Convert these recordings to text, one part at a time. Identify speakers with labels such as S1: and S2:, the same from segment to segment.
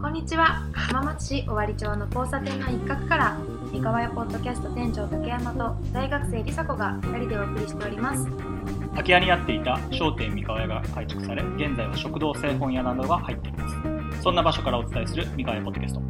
S1: こんにちは浜松市尾張町の交差点の一角から三河屋ポッドキャスト店長竹山と大学生梨紗子が2人でお送りしております
S2: 空き家にあっていた商店三河屋が改築され現在は食堂製本屋などが入っていますそんな場所からお伝えする三河屋ポッドキャスト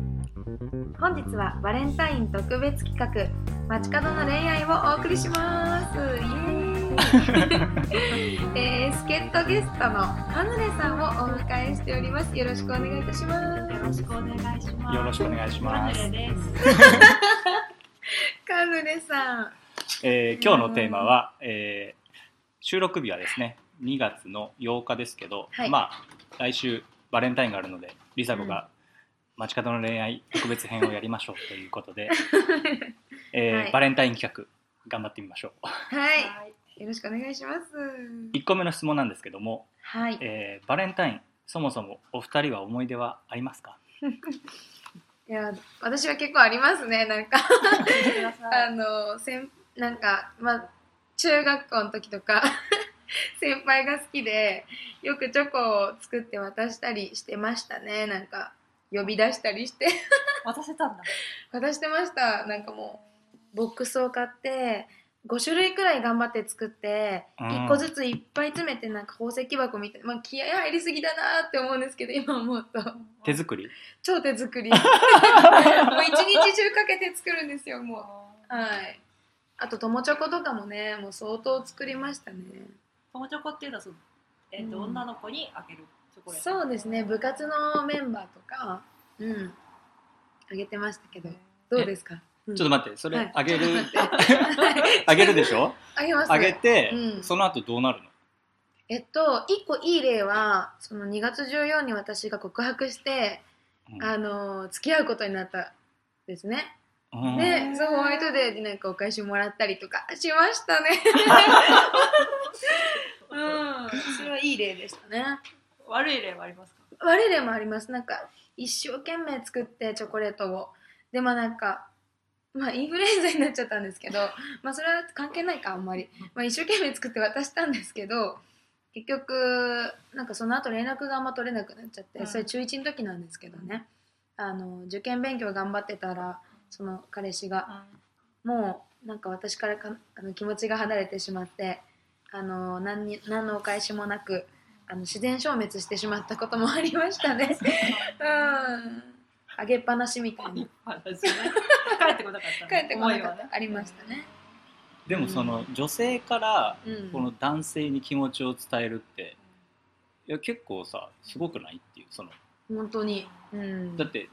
S1: 本日はバレンタイン特別企画街角の恋愛をお送りしますイエーイ、えー、助っ人ゲストのカヌレさんをお迎えしておりますよろしくお願いいたします
S3: よろしくお願いします。
S2: よろしくお願いし
S3: カ
S2: ま
S3: ヌレ
S2: す、
S3: です。
S1: カヌレさん
S2: えー今日のテーマは、えー収録日はですね2月の8日ですけど、
S1: はい
S2: まあ来週バレンタインがあるので梨紗子が街角の恋愛特別編をやりましょうということで、えー
S1: はい
S2: バレンタイン企画頑張ってみましょう
S1: は
S3: は
S1: い
S3: い。
S1: よろしくお願いします
S2: 1個目の質問なんですけども、
S1: はい
S2: えーバレンタインそもそもお二人は思い出はありますか
S1: いや私は結構ありますねなんか
S3: 来てくださ
S1: あ
S3: い
S1: の先なんかまあ中学校の時とか 先輩が好きでよくチョコを作って渡したりしてましたねなんか呼び出したりして
S3: 渡せたんだ。
S1: 渡してましたなんかもうボックスを買って5種類くらい頑張って作って
S2: うん
S1: 1個ずついっぱい詰めてなんか宝石箱みたいな、まあ、気合入りすぎだなって思うんですけど今思うと
S2: 手作り
S1: 超手作 りもう一日中かけて作るんですよもう。はい。あと、友チョコとかもね、もう相当作りましたね。
S3: 友チョコっていうのはその、えっと
S1: うん
S3: 女の子にあげるチョコレート。
S1: そうですね、部活のメンバーとか、うん、あげてましたけど、どうですかちょっ
S2: ちょっと待ってそれあげる、
S1: はい
S2: あげるでしょ
S1: あげます。
S2: あげて、
S1: うん
S2: その後どうなるの
S1: えっと、一個いい例は、その2月14に私が告白して、
S2: うん
S1: あの、付き合うことになった。ですね。
S2: うん
S1: ね、そうホワイトデーでなんかお返しもらったりとかしましたね。 うん、それはいい例でしたね。
S3: 悪い例はありますか。
S1: 悪い例もありますなんか一生懸命作ってチョコレートをでもなんかまあインフルエンザになっちゃったんですけど まあそれは関係ないかあんまり、まあ、一生懸命作って渡したんですけど結局なんかその後連絡があんま取れなくなっちゃって、
S3: うん
S1: それ中1の時なんですけどねあの受験勉強頑張ってたらその彼氏がもうなんか私からかあの気持ちが離れてしまってあの何に何のお返しもなくあの自然消滅してしまったこともありました ね。うん、あげっぱなしみたいな
S3: 話ね帰ってこなかった。
S1: 帰ってこなかっ
S3: 思いはね
S1: たありましたね。
S2: でもその女性から
S1: うん、
S2: この男性に気持ちを伝えるっていや結構さすごくないっていうその
S1: 本当に、うん、
S2: だって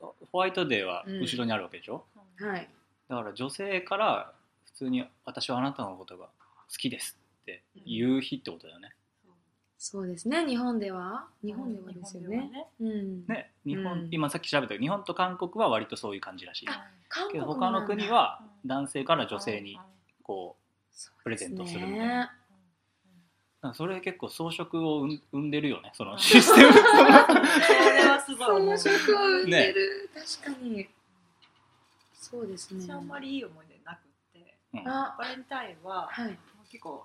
S2: ホワイトデーは
S1: うん
S2: 後ろにあるわけでしょ、
S3: うん
S1: はい、
S2: だから女性から普通に「私はあなたのことが好きです」って言う日ってことだよね。
S1: そうですね。日本では日本ではですよね。。うん、
S2: ね日本、
S1: うん
S2: 今さっき調べたけど日本と韓国は割とそういう感じらしい
S3: 日本ではね
S1: 韓
S2: け
S1: 国
S2: ど
S1: もな
S2: 他
S1: んだ
S2: の国は
S3: うん
S2: 男性から女性に
S3: うん
S2: こう
S1: そうですね
S2: プレゼントするみたいなだからそれ結構装飾を生ん生んでるよねその
S3: うん
S2: シ ステム
S3: それはすごい
S1: そ
S3: 思
S1: の
S3: う。
S1: 食を売ってる、確かに。そうですね
S3: 私。あんまりいい思い出なくって、
S2: うん
S1: あ、
S3: バレンタインは
S1: はい。
S3: 結構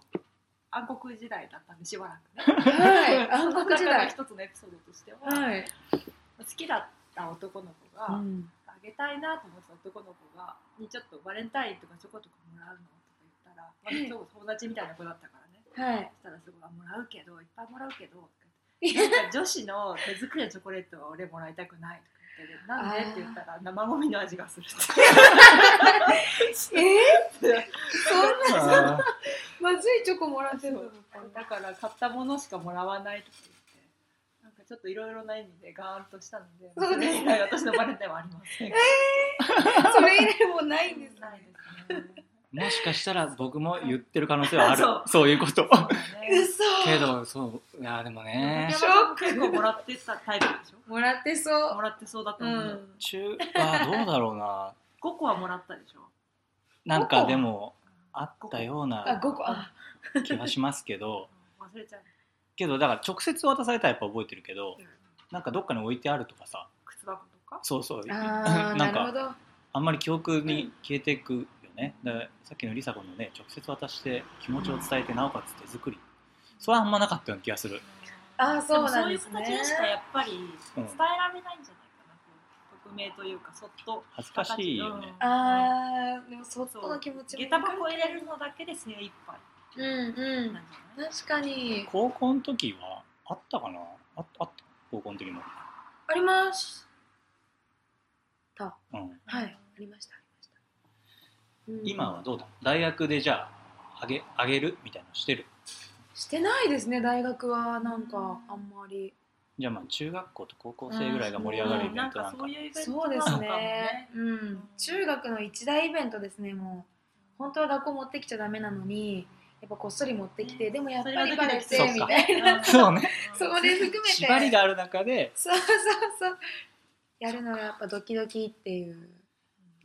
S3: 暗黒時代だったんでしばらくね。
S1: はい、暗黒時代。
S3: その中の一つのエピソードとしては、
S1: はい。
S3: 好きだった男の子が、
S1: ん、
S3: あげたいなと思ってた男の子がにちょっとバレンタインとかチョコとかもらうのとか言ったら、まあ、今日友達みたいな子だったからね
S1: はい。
S3: そしたらすごいあもらうけどいっぱいもらうけどとか
S1: い
S3: 言 ってなんか女子の手作りのチョコレートは俺もらいたくないとか言ってでなんで
S1: あー
S3: って言ったら生ゴミの味がするって
S1: えー、そんな
S2: あ
S1: まずいチョコもらってるの
S3: そうだから買ったものしかもらわないとか言ってなんかちょっといろいろな意味でガーンとしたので
S1: そうですね
S3: れ以来私のバレンタインはありません。
S1: それ以来もうないんです。
S3: ないですね
S2: ーもしかしたら僕も言ってる可能性はある
S3: そう
S2: そういうこと
S3: そうだね
S1: 嘘。
S2: けどそういやでもね
S1: シ
S3: シ
S1: ョ
S3: ョ
S1: ッ
S3: ッ
S1: ク
S3: ク結構もらってたタイプでし
S1: もらってそ
S3: ょ
S1: う。
S3: もらってそうだと
S1: う
S3: 思う、
S1: ん。
S2: 中あどうだろうな
S3: 5個はもらったでしょ
S2: なんかでもあったよう
S1: あ、
S2: な
S1: 五個。あ、
S2: 気はしますけど
S3: 忘れちゃう
S2: けどだから直接渡されたらやっぱ覚えてるけど
S3: うん
S2: なんかどっかに置いてあるとかさ
S3: 靴箱とか
S2: そうそう
S1: あー、
S2: な
S1: なんる
S2: か
S1: ほど。
S2: あんまり記憶に消えていくよねだからさっきのりさ子のね直接渡して気持ちを伝えてなおかつ手作りそれはあんまなかったような気がする
S1: あそうなんです
S3: もそういう形でしかや
S1: ね
S3: っぱり伝えられないんじゃないかな、こう匿名というかそっと
S2: 恥ずかしいよね、
S3: うん
S1: あーでもそっとの気持ち
S3: 下駄箱入れるのだけで精一杯
S1: うんう
S3: なんんじゃない、
S1: 確かに
S2: 高校の時はあったかなああった高校の時も、
S1: あります
S2: うん、
S1: はいありましたありました、うん
S2: 今はどうだ大学でじゃああげあげるみたいなのしてる
S1: してないですね大学はなんかあんまり
S2: じゃあまあ中学校と高校生ぐらいが盛り上がるイベントなんか,、
S3: うんそういうイベント
S1: そう
S3: な
S1: で
S3: のか
S1: す
S3: も
S1: ね
S3: ね。
S1: うん、中学の一大イベントですね、もう。本当は学校持ってきちゃダメなのに、やっぱこっそり持ってきて、でもやっぱりバレ
S2: それ
S1: て
S2: は
S1: み
S2: ドキドキ
S1: たいな。
S2: そうね
S1: そこで含めて。
S2: 縛りがある中で
S1: そうそうそう。やるのがやっぱドキドキって いう。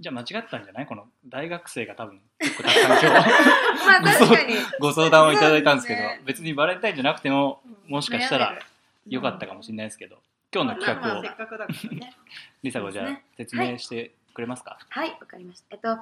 S2: じゃあ間違ったんじゃないこの大学生が多分結構たくさん 今日
S1: まあ確かに。
S2: ご相談をいただいたんですけど
S1: そうですね
S2: 別にバレンタインじゃなくてももしかし
S1: 悩
S2: た
S1: んで
S2: ら
S1: る
S2: 良かったかもしれないですけど今日の企画
S1: まあ
S2: を
S1: ま
S3: せっかく だからね
S2: りさがじゃ
S1: そう
S2: あ
S1: で
S2: 説明してくれますか、
S1: はい、わかりました。えっと、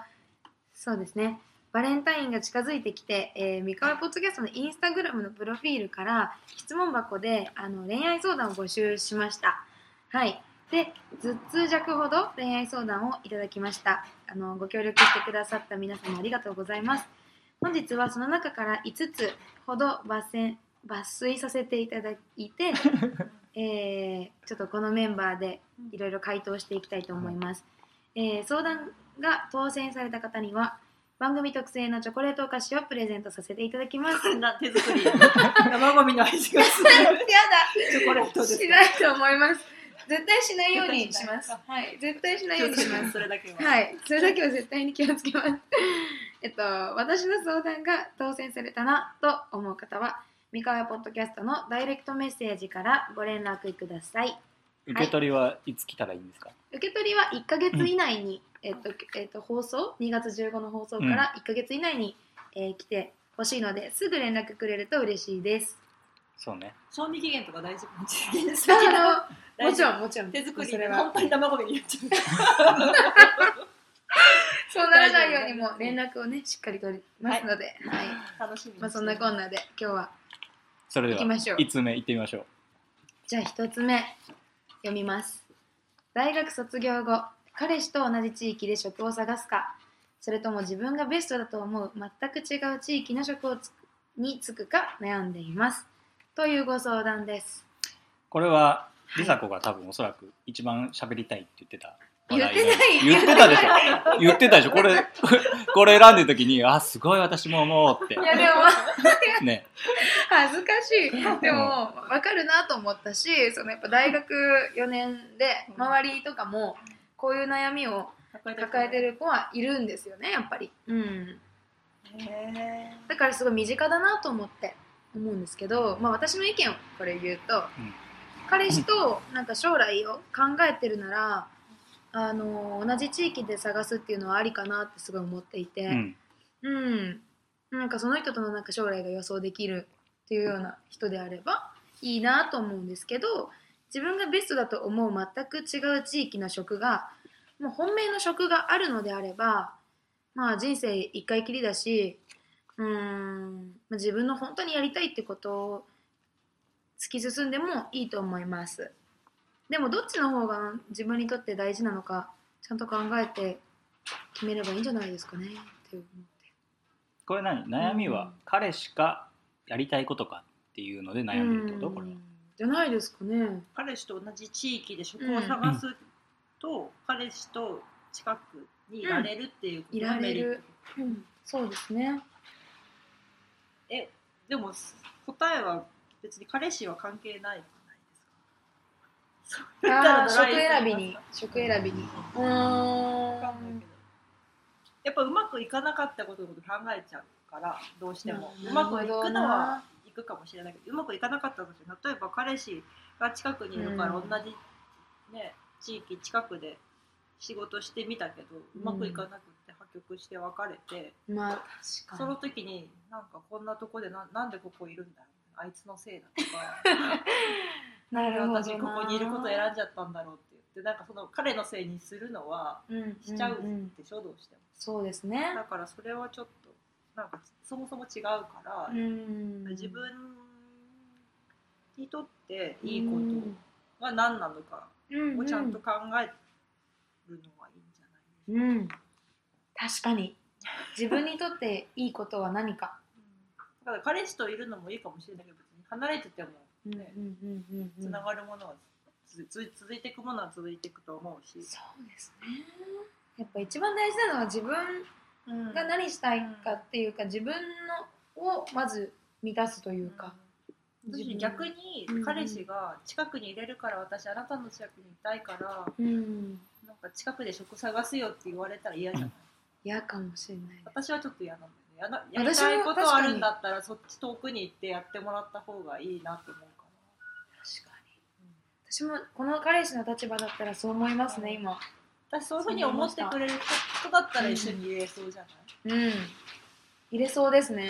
S1: そうですね。バレンタインが近づいてきて、えー、三河ポッドキャストのインスタグラムのプロフィールから質問箱であの恋愛相談を募集しました。はい。で、頭痛弱ほど恋愛相談をいただきました。あの、ご協力してくださった皆様ありがとうございます。本日はその中から5つほど抜線抜粋させていただいて、えーちょっとこのメンバーでいろいろ回答していきたいと思います、えー相談が当選された方には番組特製のチョコレートお菓子をプレゼントさせていただきます
S3: こんな手作り生ゴミの味がする
S1: や
S3: チョコレートです
S1: しないと思います絶対しないように
S3: 絶対
S1: し
S3: しない
S1: ますはい絶対しないようにします
S3: それだけは
S1: はいい、それだけは絶対に気をつけます。 えっと、私の相談が当選されたなと思う方は、三河屋ポッドキャストのダイレクトメッセージからご連絡ください。
S2: 受け取りはいつ来たらいいんですか、
S1: 受け取りは1ヶ月以内に、えっと、えっと、放送、2月15の放送から1ヶ月以内に、えー来てほしいので、すぐ連絡くれると嬉しいです。
S2: そうね
S3: 賞味期限とか大丈夫
S1: あの、
S3: 大
S1: もち
S3: 丈夫
S1: ろん、もちろん。
S3: 手作り
S1: それ
S3: で
S1: は
S3: 本。当に生ゴミになっちゃう
S1: そうならないようにも連絡をね、しっかり取りますので、はい。
S3: 楽しみにしてる
S1: まあ、そんな こんなで、今日は
S2: それで
S1: 行
S2: は
S1: きましょう
S2: 5つ目行ってみましょう
S1: じゃあ一つ目読みます大学卒業後彼氏と同じ地域で職を探すかそれとも自分がベストだと思う全く違う地域の職をつに就くか悩んでいますというご相談です
S2: これは梨紗子が多分おそらく一番喋りたいって言ってた話題で
S1: 言って
S2: 言ってたでしょ言ってたでしょこれ これ選んでる時にあすごい私も思うって
S1: いやでも
S2: ね
S1: 恥ずかしいでも分かるなと思ったしそのやっぱ大学4年で周りとかもこういう悩みを抱えてる子はいるんですよねやっぱり。うん
S3: へ
S1: だからすごい身近だなと思って思うんですけど、まあ、私の意見をこれ言うと、
S2: ん
S1: 彼氏となんか将来を考えてるなら、あの同じ地域で探すっていうのはありかなってすごい思っていて、
S2: う、ん
S1: うんなんかその人とのなんか将来が予想できるっていうような人であればいいなと思うんですけど自分がベストだと思う全く違う地域の職がもう本命の職があるのであればまあ人生一回きりだしうーんまあ自分の本当にやりたいってことを突き進んでもいいと思いますでもどっちの方が自分にとって大事なのかちゃんと考えて決めればいいんじゃないですかねって思って。
S2: これ何悩み
S1: う
S2: は
S1: ん
S2: 彼氏かやりたいことかっていうので悩んでるってこと、これは
S1: うんじゃないですかね
S3: 彼氏と同じ地域で職を探すと、彼氏と近くにいられるっていうことがメリット
S1: いられるそうです ね
S3: えでも答えは別に彼氏は関係ないじ
S1: あー職
S3: ゃないですか。そう言ったら
S1: 選び
S3: ドライ
S1: に職選びにう
S3: わかんない
S1: ー
S3: け
S1: ん
S3: どやっぱうまくいかなかったことのこと考えちゃうからどうしてもうまくいくのは行くかもしれないけどうまくいかなかったとして例えば彼氏が近くにいるから
S1: う
S3: 同
S1: ん
S3: じ、ね、地域近くで仕事してみたけどうまくいかなくって破局して別れて、
S1: まあ確
S3: そ
S1: か
S3: の
S1: に
S3: 時になんかこんなとこでななんでここいるんだあいつのせいだとか
S1: なるほどな
S3: 私ここにいること選んじゃったんだろうって言ってなんかその彼のせいにするのはしちゃう
S1: うんうん
S3: でしょどうしても
S1: そうですね
S3: だからそれはちょっとなんかそもそも違うから、
S1: うん
S3: 自分にとっていいことは何なのかをちゃんと考えるのはいいんじゃないですか。
S1: うん確かに自分にとっていいことは何 か、
S3: だから彼氏といるのもいいかもしれないけど別に離れてても
S1: うんうん
S3: ね
S1: うんうんうん、
S3: つながるものはつつ続いていくものは続いていくと思うし、
S1: そうですねやっぱ一番大事なのは自分
S3: うん
S1: が何したいかっていうか自分のをまず満たすというか、自
S3: 私
S1: 分
S3: 逆に彼氏が近くにいれるから私あなたの近くにいたいから
S1: うん
S3: なんか近くで職探すよって言われたら嫌じゃない
S1: 嫌かもしれない
S3: 私はちょっと嫌なんだよねやなやり
S1: 私も
S3: たいことあるんだったらそっち遠くに行ってやってもらった方がいいなって思うか
S1: 確かに私もこの彼氏の立場だったらそう思いますね今
S3: な私そういうふうに思ってくれる人だったら一緒にいれそうじゃない、
S1: うん入れそうですね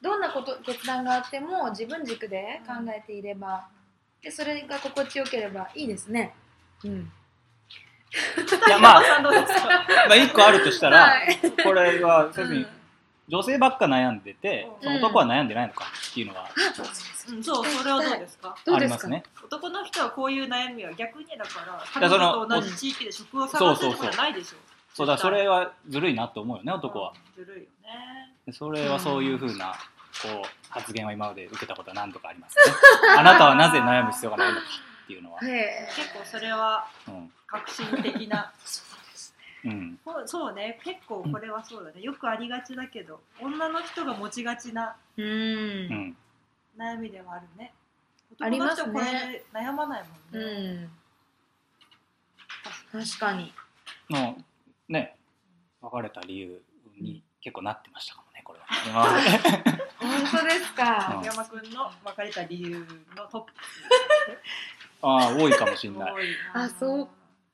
S1: どんなこと決断があっても自分軸で考えていれば、でそれが心地よければいいですねうん
S2: いや まあ
S3: さんどうですか
S2: まあ1個あるとしたら、
S1: はい
S2: これはそういうふう
S1: う
S2: に
S1: ん
S2: 女性ばっか悩んでて、
S3: うん
S2: 男は悩んでないのかっていうのは
S1: あそうです
S3: うんそうそれはどうですか
S1: ど
S2: あ
S1: うで
S2: り
S1: す
S2: ま
S1: か
S2: す
S1: ね
S2: ね。
S3: 男の人はこういう悩みは逆にだから
S2: や
S3: 彼
S2: そ
S3: 女
S2: の
S3: と同じ地域で職を探すとかじゃないでしょ
S2: そうだそれはずるいなと思うよね男は。
S3: ずるいよね
S2: でそれはそういうふうなこう発言は今まで受けたことは何度かあります ね。あなたはなぜ悩む必要がないのかっていうのは。
S1: へえ
S3: 結構それは
S2: うん
S3: 革新的な
S1: そうです
S2: うん
S3: そうそうね結構これはそうだねよくありがちだけど女の人が持ちがちな
S1: ね
S2: う
S1: うん
S2: ん
S3: 悩みではあるね
S1: あ
S3: 男
S1: り
S3: の
S1: ます
S3: 人
S1: ね
S3: これ悩まないもんね
S1: うん確かに
S2: のね別れた理由に結構なってましたかもねこれは。今まで ね
S1: 本当ですか
S2: うん
S3: 竹山君の別れた理由のトップ
S2: ああ多いかもしれ
S3: 多
S2: ない。
S3: いな
S1: あそう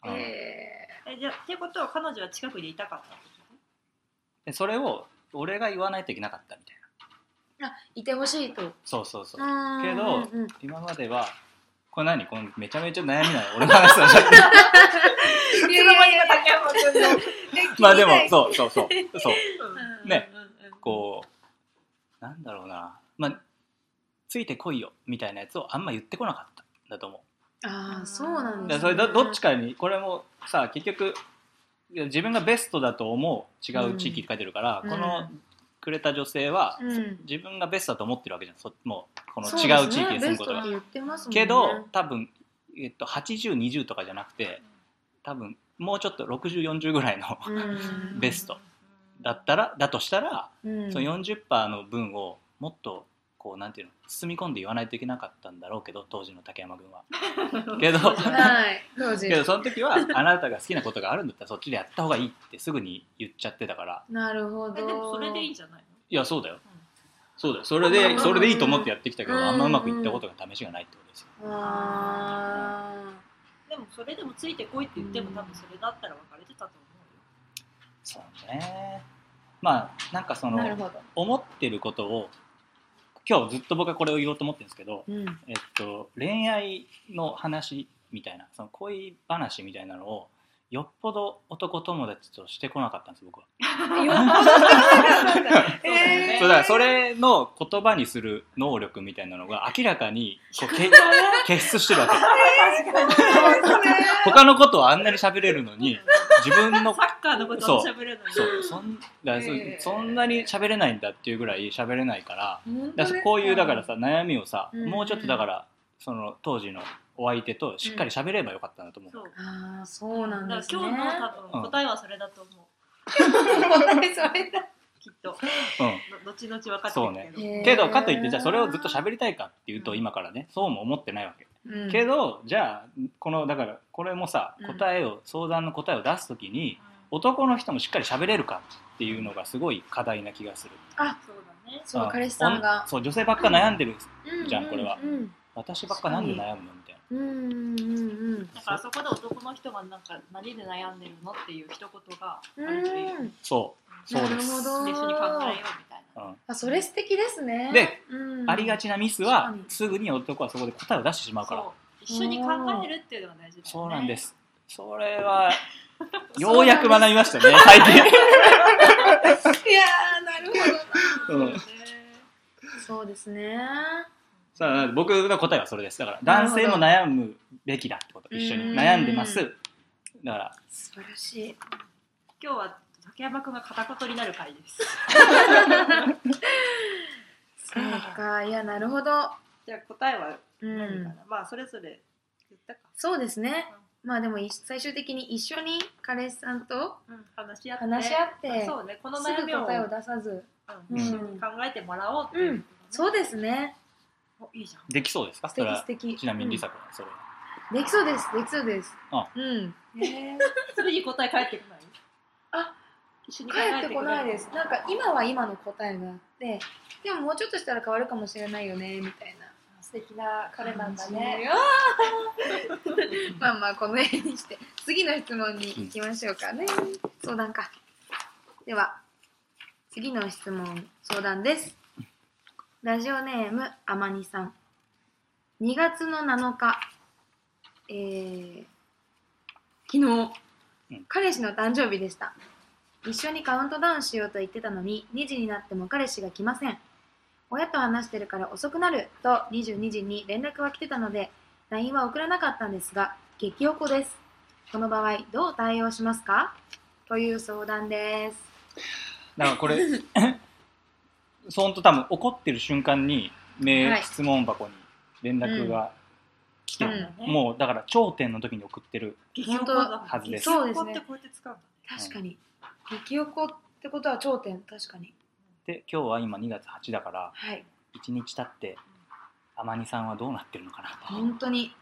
S2: うん
S1: え
S3: えじゃあってことは彼女は近くにいたかったってこと
S2: でそれを俺が言わないといけなかったみたいな。
S1: ーあいてほしいと
S2: そうそうそう。
S1: け
S2: けど
S1: うんうん、
S2: 今まではこれ何このめちゃめちゃ悩みない俺の話なんじゃ ない
S1: いやいやいや
S3: 竹山君の
S2: まあでも
S1: 聞きたい
S2: そうそうそうそう
S3: うん
S2: ね
S1: うんうんうん
S2: こうなんだろうなまあついてこいよみたいなやつをあんま言ってこなかったんだと思
S1: ああそうなん
S2: う
S1: です、
S2: だからそれどどっち
S1: か
S2: かにこれもさ結局いや自分がベストだと思う違う地域って書いてるから、
S1: うん
S2: このくれた女性は、
S1: うん
S2: 自分がベストだと思ってるわけじゃんそもうこの
S1: そう
S2: 違う地域で住むこと
S1: ですねベストっ
S2: が、
S1: て言ってますもんね
S2: けど多分、えっと、8020とかじゃなくて多分もうちょっと6040ぐらいの
S1: うん
S2: ベストだったらだとしたら、
S1: うん
S2: その40%の分をもっとこうなんていうの包み込んで言わないといけなかったんだろうけど当時の竹山君 はけど
S1: はい当時
S2: けどその時はあなたが好きなことがあるんだったらそっちでやった方がいいってすぐに言っちゃってたから
S1: なるほど
S3: えでもそれでいいんじゃない
S2: いやそうだよ
S3: の、
S2: そうだよそれ
S1: う
S2: で
S1: ん
S2: それでいいと思ってやってきたけど
S1: うん
S2: あんまうまくいったことが試しがないってことですよ
S1: あ
S3: でもそれでもついてこいって言っても多分それだったら別れてたと思う
S2: そうねまあなんかそ
S1: ーなる
S2: の
S1: ほど、
S2: 思ってることを今日ずっと僕はこれを言おうと思ってるんですけど
S1: うん、
S2: えっと、恋愛の話みたいなその恋話みたいなのをよっぽど男友達としてこなかったんです僕は、
S1: えー
S2: そうだからそれの言葉にする能力みたいなのが明らかにこ うけ欠失してるわけ
S3: よ。確かに。
S2: 他のことをあんなに喋れるのに自分の
S3: サッカーのことを喋れるのに。
S2: そうそんだからそ
S1: えー
S2: そんなに喋れないんだっていうぐらい喋れないから
S1: 本当
S2: だ
S1: です
S2: か
S1: から
S2: こういうだからさ悩みをさ、
S1: うん
S2: もうちょっとだからその当時のお相手としっかり喋ればよかったなと思う、
S3: そう
S1: ああそうなんで
S3: だから
S1: すね
S3: 今日の多分答えはそれだと思う。
S1: 答えそれだ
S3: きっ
S2: う
S3: と。
S2: ん、
S3: の後々分かってくるけど。
S1: そうね
S2: けどかといってじゃあそれをずっと喋りたいかっていう
S3: う
S2: と
S3: ん
S2: 今からねそうも思ってないわけ、
S1: うん
S2: けどじゃあこのだからこれもさ
S1: うん
S2: 答えを、相談の答えを出す時に男の人もしっかり喋れるかっていうのがすごい課題な気がする
S3: そうだね。
S1: そう
S2: あ
S1: 彼氏さんが
S2: おそう女性ばっか悩んでる、じゃ
S1: うん
S2: これは
S1: うん
S2: 私ばっかなんで悩むのみたい
S1: うんうんうんうん
S3: だからそこで男の人がなんか何で悩んでるのっていう一言があ
S1: う
S3: るといいよ。
S1: ん
S2: そうそうです
S1: なるほど
S3: 一緒に考えようみたいな。
S2: う、ん
S1: あそれ素敵ですね
S2: で、
S1: うん、
S2: あ りがちなミス
S1: 確
S2: は
S1: かに
S2: すぐに男はそこで答えを出してしまうから
S3: そう。一緒に考えるっていうのが大事だよね。
S2: そうなんで。すそれはようやく学びましたね最 近、
S1: いやーなるほどな
S2: うん
S3: ね
S1: そうですね
S2: さあ僕の答えはそれですだから男性も悩むべきだってこと一緒に
S1: うん
S2: 悩んでますだから
S1: 素晴らしい。
S3: 今日は竹山くんが片言になる回です。
S1: そうか、いや、なるほど。
S3: じゃあ答えは
S1: う
S3: 何か
S1: ん
S3: な、。まあそれぞれ言ったか。
S1: そうですね。まあでもい最終的に一緒に彼氏さんと
S3: うん、話し合って。
S1: 話し合って、
S3: そうね、この
S1: す
S3: 悩
S1: ぐ
S3: みを
S1: 答えを出さず。
S3: うん一緒に考えてもらおうっていう、
S1: うんそうですね。
S3: おいいじゃん。
S2: できそうですか
S1: 素
S2: それ
S1: 敵
S2: は
S1: 素敵。
S2: ちなみに
S1: うん
S2: 梨紗子はそれは
S1: できそうです。できそうです。
S2: あ
S1: うん。
S3: それに答え返ってこない
S1: あ
S3: 一緒に考え
S1: 帰ってこないです。なんか今は今の答えがあって、でももうちょっとしたら変わるかもしれないよね、みたいな。
S3: 素敵な彼なんだね。
S1: まあまあこの辺にして次の質問に行きましょうかね、相談かでは次の質問相談ですラジオネームあまにさん2月の7日えー、昨日、
S2: うん
S1: 彼氏の誕生日でした一緒にカウントダウンしようと言ってたのに2時になっても彼氏が来ません親と話してるから遅くなると22時に連絡は来てたので LINE は送らなかったんですが激おこですこの場合どう対応しますかという相談です
S2: だからこれ そんと多分怒ってる瞬間にメール
S1: はい
S2: 質問箱に連絡が来てる、
S3: うん
S2: もうだから頂点の時に送ってる
S3: 激おこ
S1: 本当
S3: だ。
S2: はずです
S1: そうですね
S3: 激おこってこうやって使うんだね。
S1: 確かに激おこってことは頂点確かに
S2: で今日は今2月8だから
S1: はい
S2: 1日経って天にさんはどうなってるのかなと、
S1: 本当に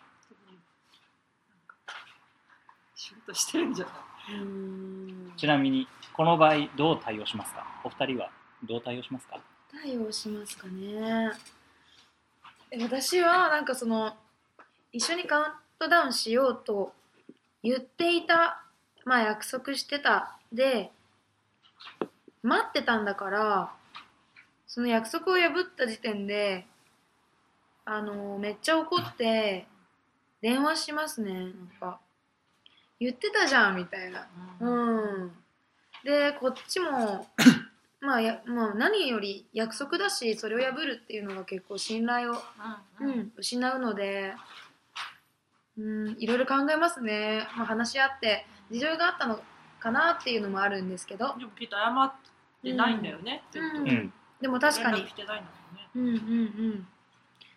S3: シュンとしてるんじゃないう
S1: ーん
S2: ちなみにこの場合どう対応しますかお二人はどう対応しますか
S1: 対応しますかねえ私はなんかその一緒にカウントダウンしようと言っていたまあ約束してたで待ってたんだからその約束を破った時点であのめっちゃ怒って電話しますねなんか言ってたじゃんみたいなうん、でこっち もまあや、まあ、何より約束だしそれを破るっていうのが結構信頼を、う
S3: うん。
S1: ん、失うので、うん、いろいろ考えますね、まあ、話し合って事情があったのかなっていうのもあるんですけど、
S3: でもきっと謝ってないんだよね。
S1: う
S3: ずっ
S1: ん
S3: と
S2: うん
S1: でも確か
S3: 連
S1: に
S3: 絡してないんだもんね。
S1: うんうんうん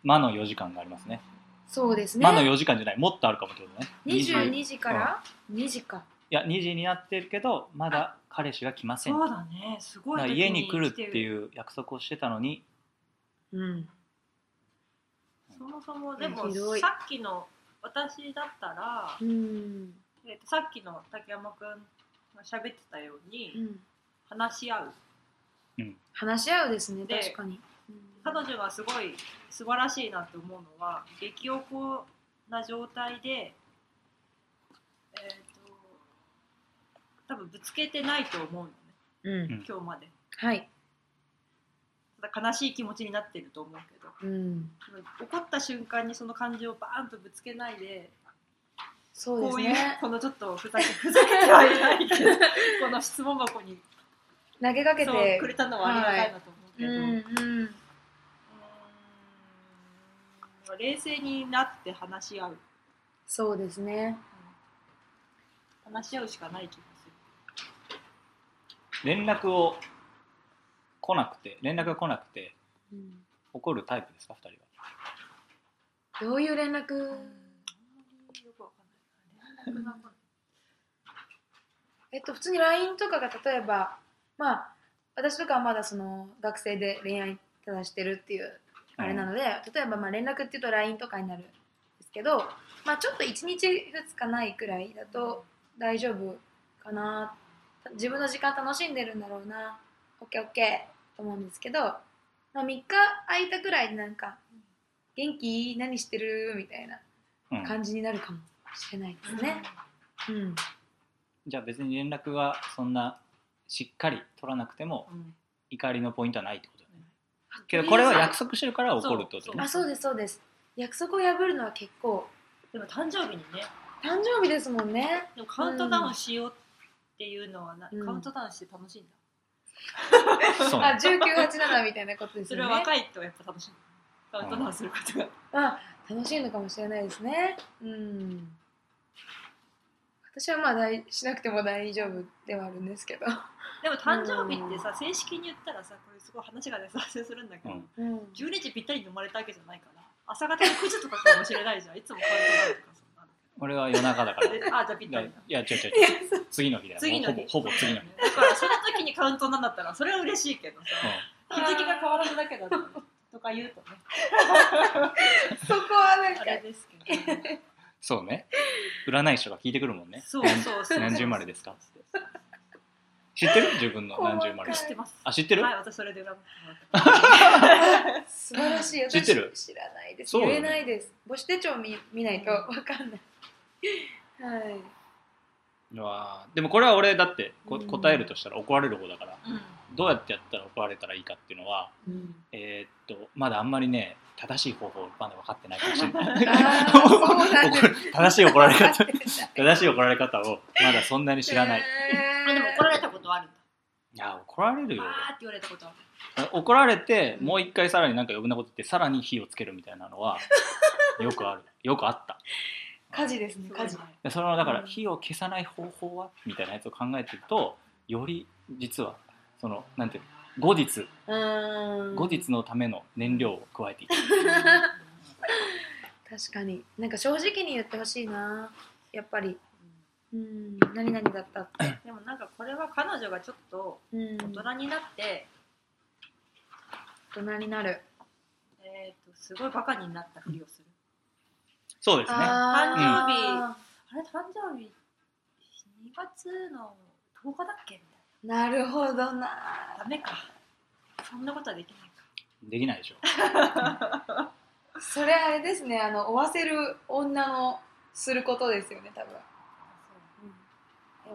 S2: 魔の4時間がありますね
S1: そうです
S2: 魔の
S1: ね
S2: 4時間じゃないもっとあるかもってことねい
S1: 22時から2時か
S2: や2時になってるけどまだ彼氏が来ません
S3: そうだね。すご
S2: だか
S3: い
S2: ら
S3: 時
S2: 家に来るって
S3: う。
S2: いう約束をしてたのに
S1: うん
S3: そもそもでも
S1: ひどい
S3: さっきの私だったら、
S1: うん
S3: えっとさっきの竹山くんが喋ってたよう
S1: う
S3: に
S1: ん
S3: 話し合う。
S1: 話し合うですね
S3: で
S1: 確かに
S3: 彼女がすごい素晴らしいなって思うのは激おこな状態で、えー、と多分ぶつけてないと思うのね
S1: うん、うん、
S3: 今日まで
S1: はい
S3: ただ悲しい気持ちになってると思うけど
S1: うん
S3: その怒った瞬間にその感情をバーンとぶつけないで
S1: そうです
S3: こういう
S1: ね
S3: このちょっとふざけふざけてはいな いけどこの質問箱に
S1: 投げかけ
S3: そう
S1: て
S3: くれたのはありがたいなと思うけ
S1: う
S3: ど、
S1: ん
S3: う
S1: うん
S3: ーん冷静になって話し合う
S1: そうですね。
S3: 話し合うしかない気がする。
S2: 連絡を来なくて連絡が来なくて怒るタイプですか二人は
S1: どういう連絡
S3: あんまりよくわかんないな連絡なもの
S1: えっと、普通に LINE とかが例えば、まあ、私とかはまだその学生で恋愛ただしてるっていうあれなので、例えばまあ連絡っていうと LINE とかになるんですけど、まあ、ちょっと1日2日ないくらいだと大丈夫かな自分の時間楽しんでるんだろうな OKOK と思うんですけど、まあ、3日空いたくらいでなんか「元気何してる?」みたいな
S2: うん
S1: 感じになるかもしれないですね。うん、
S2: じゃあ別に連絡がそんなしっかり取らなくても
S3: うん
S2: 怒りのポイントはないってことだねけどこれは約束してるから怒るってことね
S1: あそうですそうです約束を破るのは結構
S3: でも誕生日にね
S1: 誕生日ですもんね
S3: でもカウントダウンしようっていうのはな、
S1: うん
S3: カウントダウンして楽しいんだ、
S2: そうね
S1: あ1987みたいなことです
S3: それ
S1: よ
S3: は
S1: ね
S3: 若いとやっぱ楽しいカウントダウンすることが、
S1: あ楽しいのかもしれないですねうん私はまあ大しなくても大丈夫ではあるんですけど、
S3: でも誕生日ってさ正式に言ったらさこれすごい話がね発生するんだけど、
S2: うん
S1: うん、
S3: 12時ぴったりに生まれたわけじゃないから朝方の9時とかかもしれないじゃんいつもカウントダウンとかそ んなの
S2: 俺は夜中だから
S3: えあじゃあぴっ
S2: いや
S3: た
S2: い
S3: りだ
S2: や違う違う違う次の日だよ
S3: 次の
S2: も
S3: 日
S2: うほぼほぼ次の日、
S3: だからその時にカウントなんだったらそれは嬉しいけど さ日付が変わらずだけだととか言うとね
S1: そこはなん
S3: あ
S1: か
S3: れですけど、ね、
S2: そうね占い師とか聞いてくるもんね
S3: そうそうそう
S2: 何十生まれですか知ってる自分の何十生まれ
S1: 細か
S3: 知っ
S1: い
S3: てます
S2: あ知ってる、
S3: はい私それで占ってもらった
S1: 素晴らしい
S2: 知
S1: 私
S2: ってる
S1: 知らないです、
S2: そうだよ
S1: 言
S2: ね
S1: えないです母子手帳見見ないとわかんないは い、
S2: うわーでもこれは俺だってこ
S1: うん
S2: 答えるとしたら怒られる方だから
S3: うん
S2: どうやってやったら怒られたらいいかっていうのは
S1: うん、
S2: えーっとまだあんまりね正しい方法まだ分かってないかもしれな
S1: あーそうなん
S2: い
S1: で す
S2: 怒る正しい怒られ方
S1: 分かってない
S2: 正しい怒られ方をまだそんなに知らない
S1: えー
S3: あでも怒られたことはあるんだ
S2: いや怒られるよ
S3: わーって言われたことはある
S2: 怒られてもう一回さらになんか余分なこと言ってさらに火をつけるみたいなのはよくあるよくあった
S1: 火事ですね火事
S3: そう
S2: でそのだから
S1: うん
S2: 火を消さない方法はみたいなやつを考えてるとより実はそのなんていうの後日
S1: うん
S2: 後日のための燃料を加えていく、
S1: 確かになんか正直に言ってほしいなやっぱりうん何々だったって
S3: でもなんかこれは彼女がちょっと
S1: うん
S3: 大人になって、
S1: 大人になる
S3: えー、とすごいバカになったふりをする
S2: そうですね
S1: あ
S3: あれ誕生日2月の10日だっけみたい
S1: ーなるほどな
S3: なダメかそんなことはできないか
S2: できないでしょ
S1: それあれですねあの追わせる女のすることですよね多分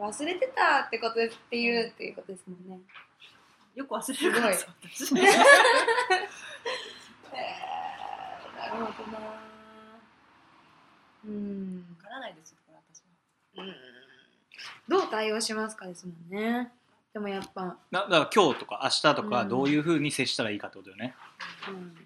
S1: 忘れてたってことですっていうっていうことですもんね。
S3: よく忘れるから
S1: す
S3: さ私で
S1: えー、なるほどな。うん
S3: わ。からないですよこれ私は
S1: うんどう対応しますかですもんね。でもやっぱ、
S2: だだから今日とか明日とか
S1: うん
S2: どういうふうに接したらいいかってことよね、
S1: うん、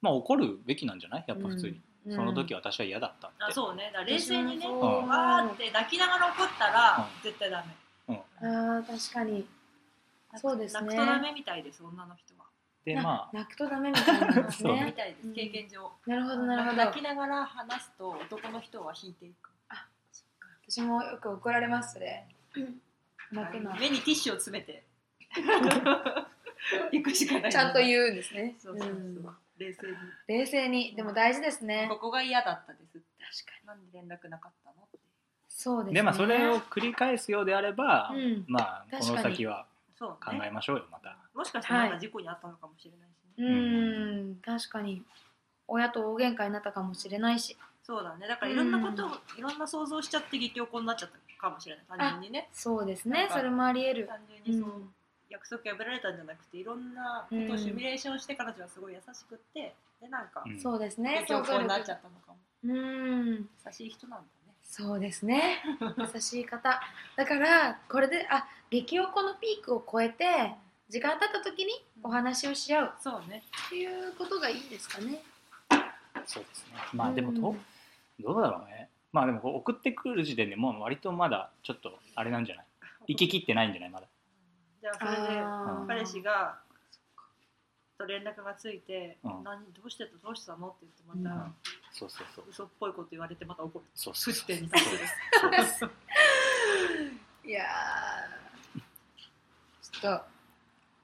S2: まあ怒るべきなんじゃないやっぱ普通に、
S1: うん、
S2: その時
S1: は、
S2: 私は嫌だったって
S3: あそうねだから冷静にね
S1: 私も
S2: そう
S3: わーって抱きながら怒ったら
S2: う
S3: 絶対ダメ
S1: ああ確かにそうですね
S3: 泣くとダメみたいです女の人は
S2: で
S1: な
S2: まあ
S1: 泣くとダメみたいなんです
S2: そう
S3: み
S1: ね。
S3: たいで
S1: う
S3: す
S1: ん
S3: 経験上
S1: なるほどなるほど
S3: 泣き。ながら話すと男の人は引いていく
S1: 私もよく怒られますそれ。泣くのは
S3: 目にティッシュを詰 めて行くしかない
S1: ちゃんと
S3: う
S1: 言うんですね。
S3: そうそうそ
S1: う
S3: う、
S1: ん
S3: 冷静に
S1: 冷静にでも大事ですね。
S3: こ
S1: 確か
S3: こが嫌だったです
S1: に
S3: なんで連絡なかったのって
S1: そうですね。
S2: でまあそれを繰り返すようであれば、
S1: うん
S2: まあこ
S1: 確かに
S2: の先は
S3: そ
S2: 考
S3: うね
S2: えましょうよまた。
S3: もしかしたらなんか事故にあったのかもしれないしね、
S1: うーん確かに親と大喧嘩になったかもしれないし
S3: そうだねだからいろんなことを、いろんな想像しちゃって激おこになっちゃったかもしれない単純にね
S1: そうです
S3: なん
S1: ね
S3: か
S1: それもありえる
S3: 単純にそう、
S1: うん
S3: 約束破られたんじゃなくていろんなことをシミュレーションして彼女はすごい優しくってでなんか
S2: うん
S1: そうですね
S3: 激
S1: 想
S3: お
S1: 像
S3: こになっち
S1: 力
S3: ゃったのかも
S1: うーん
S3: 優しい人なんだね
S1: そうです ね優しい方だからこれであ激おこのピークを超えて時間経った時にお話をし合う
S3: そうね
S1: っていうことがいいんですかね
S2: そうですね。まあでも
S1: う
S2: ど,、
S1: ん
S2: どうだろうね。まあでもこう送ってくる時点でもう割とまだちょっとあれなんじゃない行き切ってないんじゃないまだ。
S3: じゃあそれで
S1: あー
S3: 彼氏がと連絡がついて、
S2: うん
S3: 何どうしてとどうしたのって言ってま
S2: うん
S3: た
S2: そうそうそう。
S3: 嘘っぽいこと言われてまた怒る
S2: そうそ
S3: 不
S2: う
S3: 自
S2: そう
S3: 然に対する
S2: そうです
S1: いやーちょっと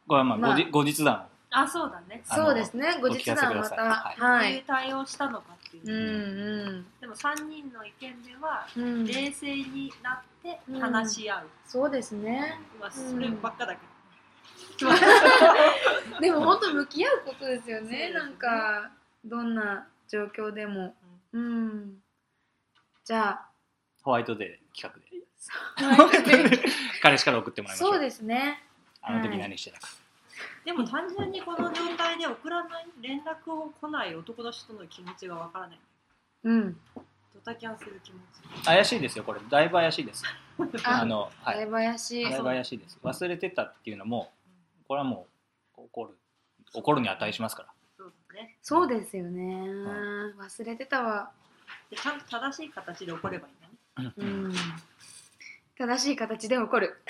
S2: これはまあ
S1: まあ
S2: 後日後日談
S3: あそうだね
S2: あの
S1: そうですね後
S2: お聞
S1: 日
S2: かせく
S1: 談
S2: だ
S1: ま
S2: さ
S1: た
S2: い
S3: どう
S1: はい、
S3: いう対応したのかっていう、
S1: うんうん
S3: でも3人の意見では、
S1: うん、
S3: 冷静になって
S1: うん
S3: 話し合う、
S1: そうですね
S3: まあそればっかだけど、
S1: でも本当向き合うことですよね
S3: そうですね
S1: なんかどんな状況でもうんじゃあ
S2: ホワイトデー企
S1: ホワイトデ
S2: 画で彼氏から送ってもらいましょう
S1: そうですね
S2: あの時何してたか、
S3: でも単純にこの状態で送らない連絡を来ない男の人の気持ちがわからない
S1: うん
S3: ドタキャンする気持ち
S2: 怪しいですよこれだいぶ怪しいです あ
S1: あ
S2: のはい
S1: 大林、
S2: だいぶ怪しいです忘れてたっていうのもこれはもう怒る怒るに値しますから
S3: そうね
S1: そうですよね、
S2: ん
S1: 忘れてたわ、
S3: でちゃんと正しい形で起こればいいんだね
S1: う
S2: うん
S1: ん、正しい形で起こる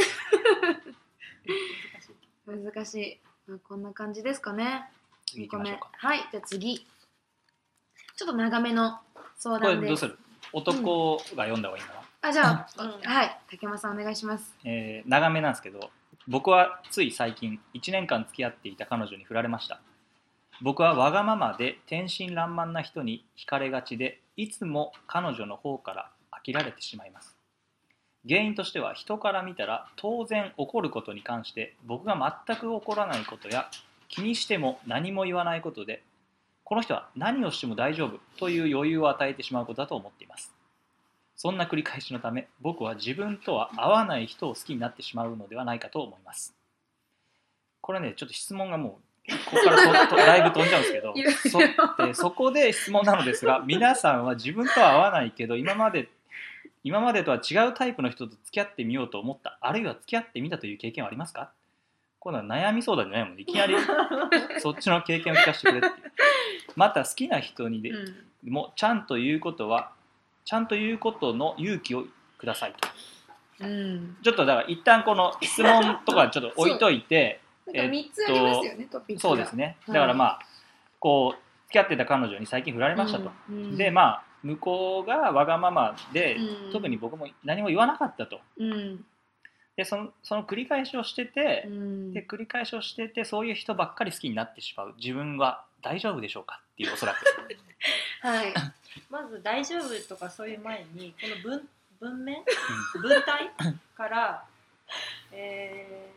S3: 難しい
S1: 難しい、まあ、こんな感じですかね
S2: 次行きましょうか
S1: はいじゃあ次ちょっと長めの相
S2: これ
S1: 談で
S2: どうする男が読んだ方がいいかな、
S1: あじゃあ、
S3: うん
S1: はい竹山さんお願いします
S2: えー長めなんですけど僕はつい最近1年間付き合っていた彼女に振られました僕はわがままで天真爛漫な人に惹かれがちでいつも彼女の方から飽きられてしまいます原因としては人から見たら当然怒ることに関して僕が全く怒らないことや気にしても何も言わないことでこの人は何をしても大丈夫という余裕を与えてしまうことだと思っていますそんな繰り返しのため僕は自分とは合わない人を好きになってしまうのではないかと思いますこれねちょっと質問がもうここからととだいぶ飛んじゃうん
S1: い
S2: で
S1: ろい
S2: すけど
S1: ろ
S2: そでそこで質問なのですが皆さんは自分とは合わないけど今まで今までとは違うタイプの人と付き合ってみようと思ったあるいは付き合ってみたという経験はありますか今度は悩み相談じゃないもん ねいきなりそっちの経験を聞かせてくれっていうまた好きな人にで、
S1: うん
S2: もちゃんと言うことはちゃんと言うことの勇気をください
S1: う
S2: と
S1: ん
S2: ちょっとだから一旦この質問とかちょっと置いといて
S1: なんか三つありますよね、トピックが
S2: そうですね
S1: は
S2: だ
S1: い
S2: からまあこう付き合ってた彼女に最近振られましたと、
S1: うんうん
S2: でまあ向こうがわがままで、
S1: うん
S2: 特に僕も何も言わなかったと
S1: うん
S2: でそのその繰り返しをしてて
S1: う、ん
S2: で繰り返しをしててそういう人ばっかり好きになってしまう自分は大丈夫でしょうかっていうおそらく
S1: はい
S3: まず「大丈夫」とかそういう前にこの文文面文体から、 えー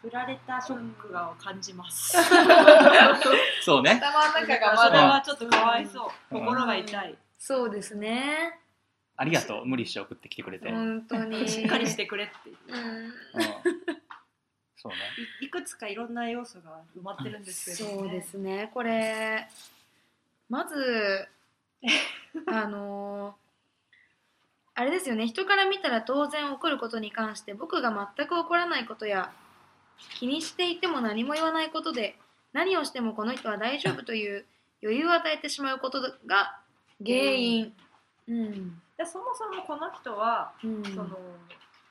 S3: 振られたショックがを感 じます。
S2: そうね
S1: 頭の中がま
S3: それ
S1: だ
S3: はちょっとかわいそ
S2: う
S3: う。
S2: ん
S3: 心が痛い。
S1: そうですね
S2: ありがとう無理して送ってきてくれて、
S1: 本当 に
S3: しっかりしてくれっていう
S1: うん
S2: うんそうね
S3: いいくつかいろんな要素が埋まってるんですけど、ね、
S1: そうですねこれま ずあのあれですよね人から見たら当然怒ることに関して僕が全く怒らないことや気にしていても何も言わないことで何をしてもこの人は大丈夫という余裕を与えてしまうことが原因。うん
S3: でそもそもこの人は、
S1: うん
S3: その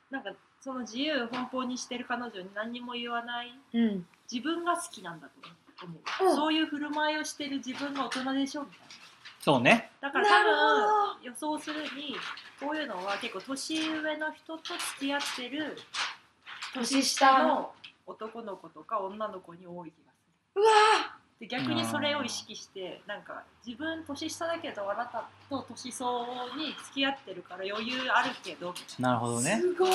S3: なんかその自由奔放にしてる彼女に何にも言わない
S1: うん
S3: 自分が好きなんだと思
S1: お
S3: う。そういう振る舞いをしてる自分が大人でしょみたいな。
S2: そうね
S3: だから
S1: なるほ
S3: 多分予想するにこういうのは結構年上の人と付き合ってる
S1: 年下の
S3: の男の子とか女の子に多い気がす
S1: うわ
S3: るで逆にそれを意識してなんか自分年下だけどあなたと年相応に付き合ってるから余裕あるけど
S2: なるほどね
S1: すご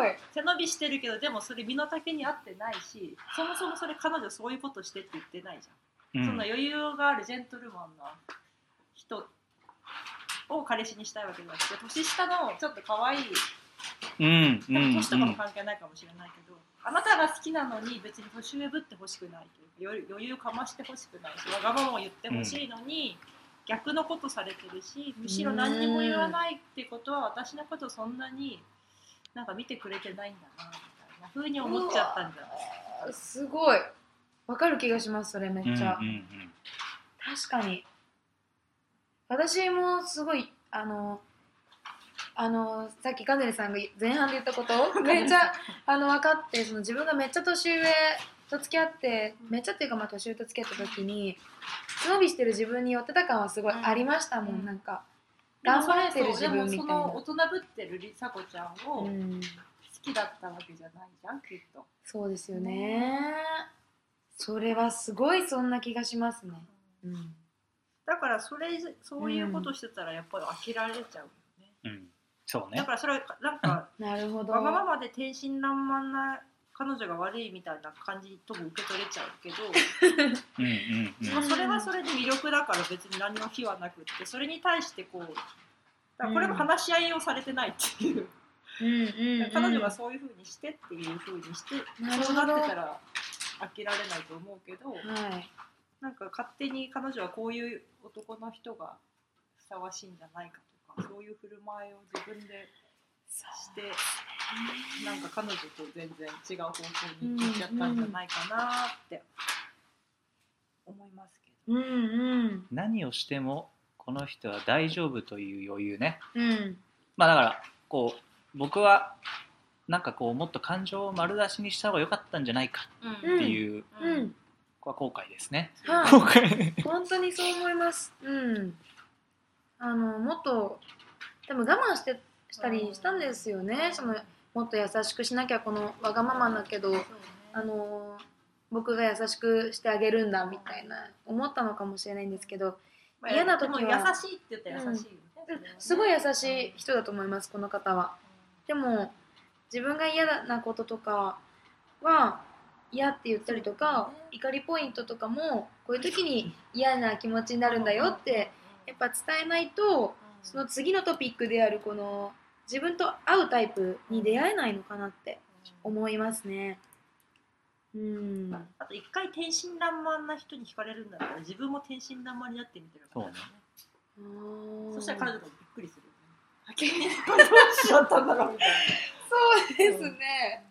S1: ーい
S3: 背伸びしてるけどでもそれ身の丈に合ってないしそもそもそれ彼女そういうことしてって言ってないじゃん。
S2: う
S3: そんなん余裕があるジェントルマンな人を彼氏にしたいわけじゃなくて年下のちょっと可愛い
S2: うんう
S3: でも
S2: ん
S3: 年とかも関係ないかもしれないけど、あなたが好きなのに別に年上ぶってほしくないというか余裕余裕かましてほしくないしわがままを言ってほしいのに、逆のことされてるしむしろ何にも言わないってことは私のことそんなになんか見てくれてないんだなみたいな風に思っちゃったんじゃない
S1: あーすごいわかる気がしますそれめっ
S2: うんうん
S1: ちゃ、
S2: うん
S1: 確かに私もすごいあのあのさっきカネルさんが前半で言ったことめっちゃあの分かってその自分がめっちゃ年上と付き合ってめっちゃっていうかまあ年上と付き合った時に背伸びしてる自分に寄ってた感はすごいありましたもん、
S3: うん
S1: なんか
S3: でも
S1: 頑
S3: そ
S1: 張
S3: れ
S1: ってる自分みたい
S3: でも
S1: な
S3: その大人ぶってるりさこちゃんを、
S1: う
S3: 好
S1: ん、
S3: きだったわけじゃないじゃんきっと、
S1: そうですよねそれはすごいそんな気がしますね、うん、
S3: だからそれそういうことしてたらやっぱり飽きられちゃうよね、
S2: うんうんそう
S3: だ
S2: ね
S3: からそれはなんか
S1: なるほど
S3: わがままで天真爛漫な彼女が悪いみたいな感じとも受け取れちゃうけど、
S2: うんうんうん
S3: まあ、それはそれで魅力だから別に何の非はなくってそれに対してこうだからこれも話し合いをされてないっていう、
S1: うんうんうん、
S3: 彼女がそういうふうにしてっていうふうにして、
S1: なるほ
S3: そう
S1: ど
S3: なってたら飽きられないと思うけど、
S1: はい
S3: なんか勝手に彼女はこういう男の人がふさわしいんじゃないかとかそういう振る舞いを自分でしてなんか彼女と全然違う方向に行っちゃったんじゃないかなって思いますけど、
S1: うんうん
S2: 何をしてもこの人は大丈夫という余裕ね
S1: うん
S2: まあだからこう僕はなんかこうもっと感情を丸出しにした方が良かったんじゃないか
S1: う
S2: っ
S1: ん
S2: ていう、
S1: う
S3: うん
S1: ん
S2: ここは後悔ですね
S1: はい
S2: 後悔
S1: 本当にそう思います。うん。あの、もっと、多分我慢して、したりしたんですよね。その、もっと優しくしなきゃ、このわがままだけど
S3: そう、ね
S1: あの、僕が優しくしてあげるんだ、みたいな、思ったのかもしれないんですけど、
S3: まあ
S1: 嫌な時は
S3: でも優しいって言ったら優しいよねそれはね、
S1: すごい優しい人だと思います、この方は。でも、自分が嫌なこととかは、嫌って言ったりとか、怒りポイントとかも、こういう時に嫌な気持ちになるんだよって、やっぱ伝えないと、その次のトピックであるこの自分と合うタイプに出会えないのかなって思いますね。うん。
S3: あと一回天真爛漫な人に惹かれるんだったら自分も天真爛漫になってみてるから
S2: そう
S3: そ
S1: そ
S3: したら彼女
S1: そ
S3: もびっくりするよねあ急にこんなことしちゃったんだろうみたいな
S1: うですね。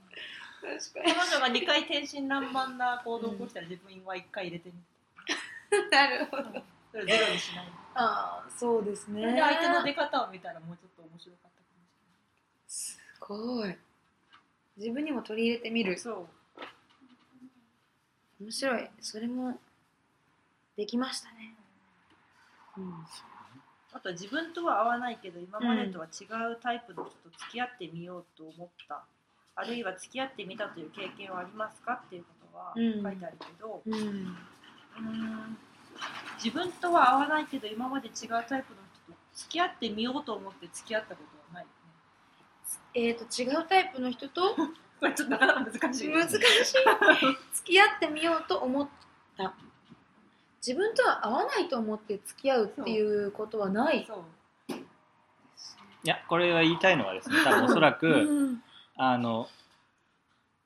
S1: 確
S3: 彼女が2回天真爛漫な行動を起こしたら自分は1回入れてみる
S1: かに。なるほど。
S3: それゼロにしない
S1: ああ、そうです
S3: そ
S1: ね。
S3: れで相手の出方を見たらもうちょっと面白かったかもし
S1: すごい。自分にも取り入れてみ
S3: れない
S1: る。
S3: そう
S1: 面白い。それもできましたね。うん。
S3: あとは自分とは合わないけど今までとは違うタイプの人と付き合ってみようと思った、あるいは付き合ってみたという経験はありますかっていうことは
S1: うん
S3: 書いてあるけど、
S1: うん。
S3: うーん自分とは合わないけど今まで違うタイプの人と付き合ってみようと思って付き合ったことはないよ
S1: え
S3: ね
S1: っ、と違うタイプの人と
S3: これちょっとなかなか難しい
S1: 難しい付き合ってみようと思った自分とは合わないと思って付き合うっていうことはない
S3: そう
S2: いやこれは言いたいのはです ね多分おそら
S1: う
S2: く
S1: ん
S2: あの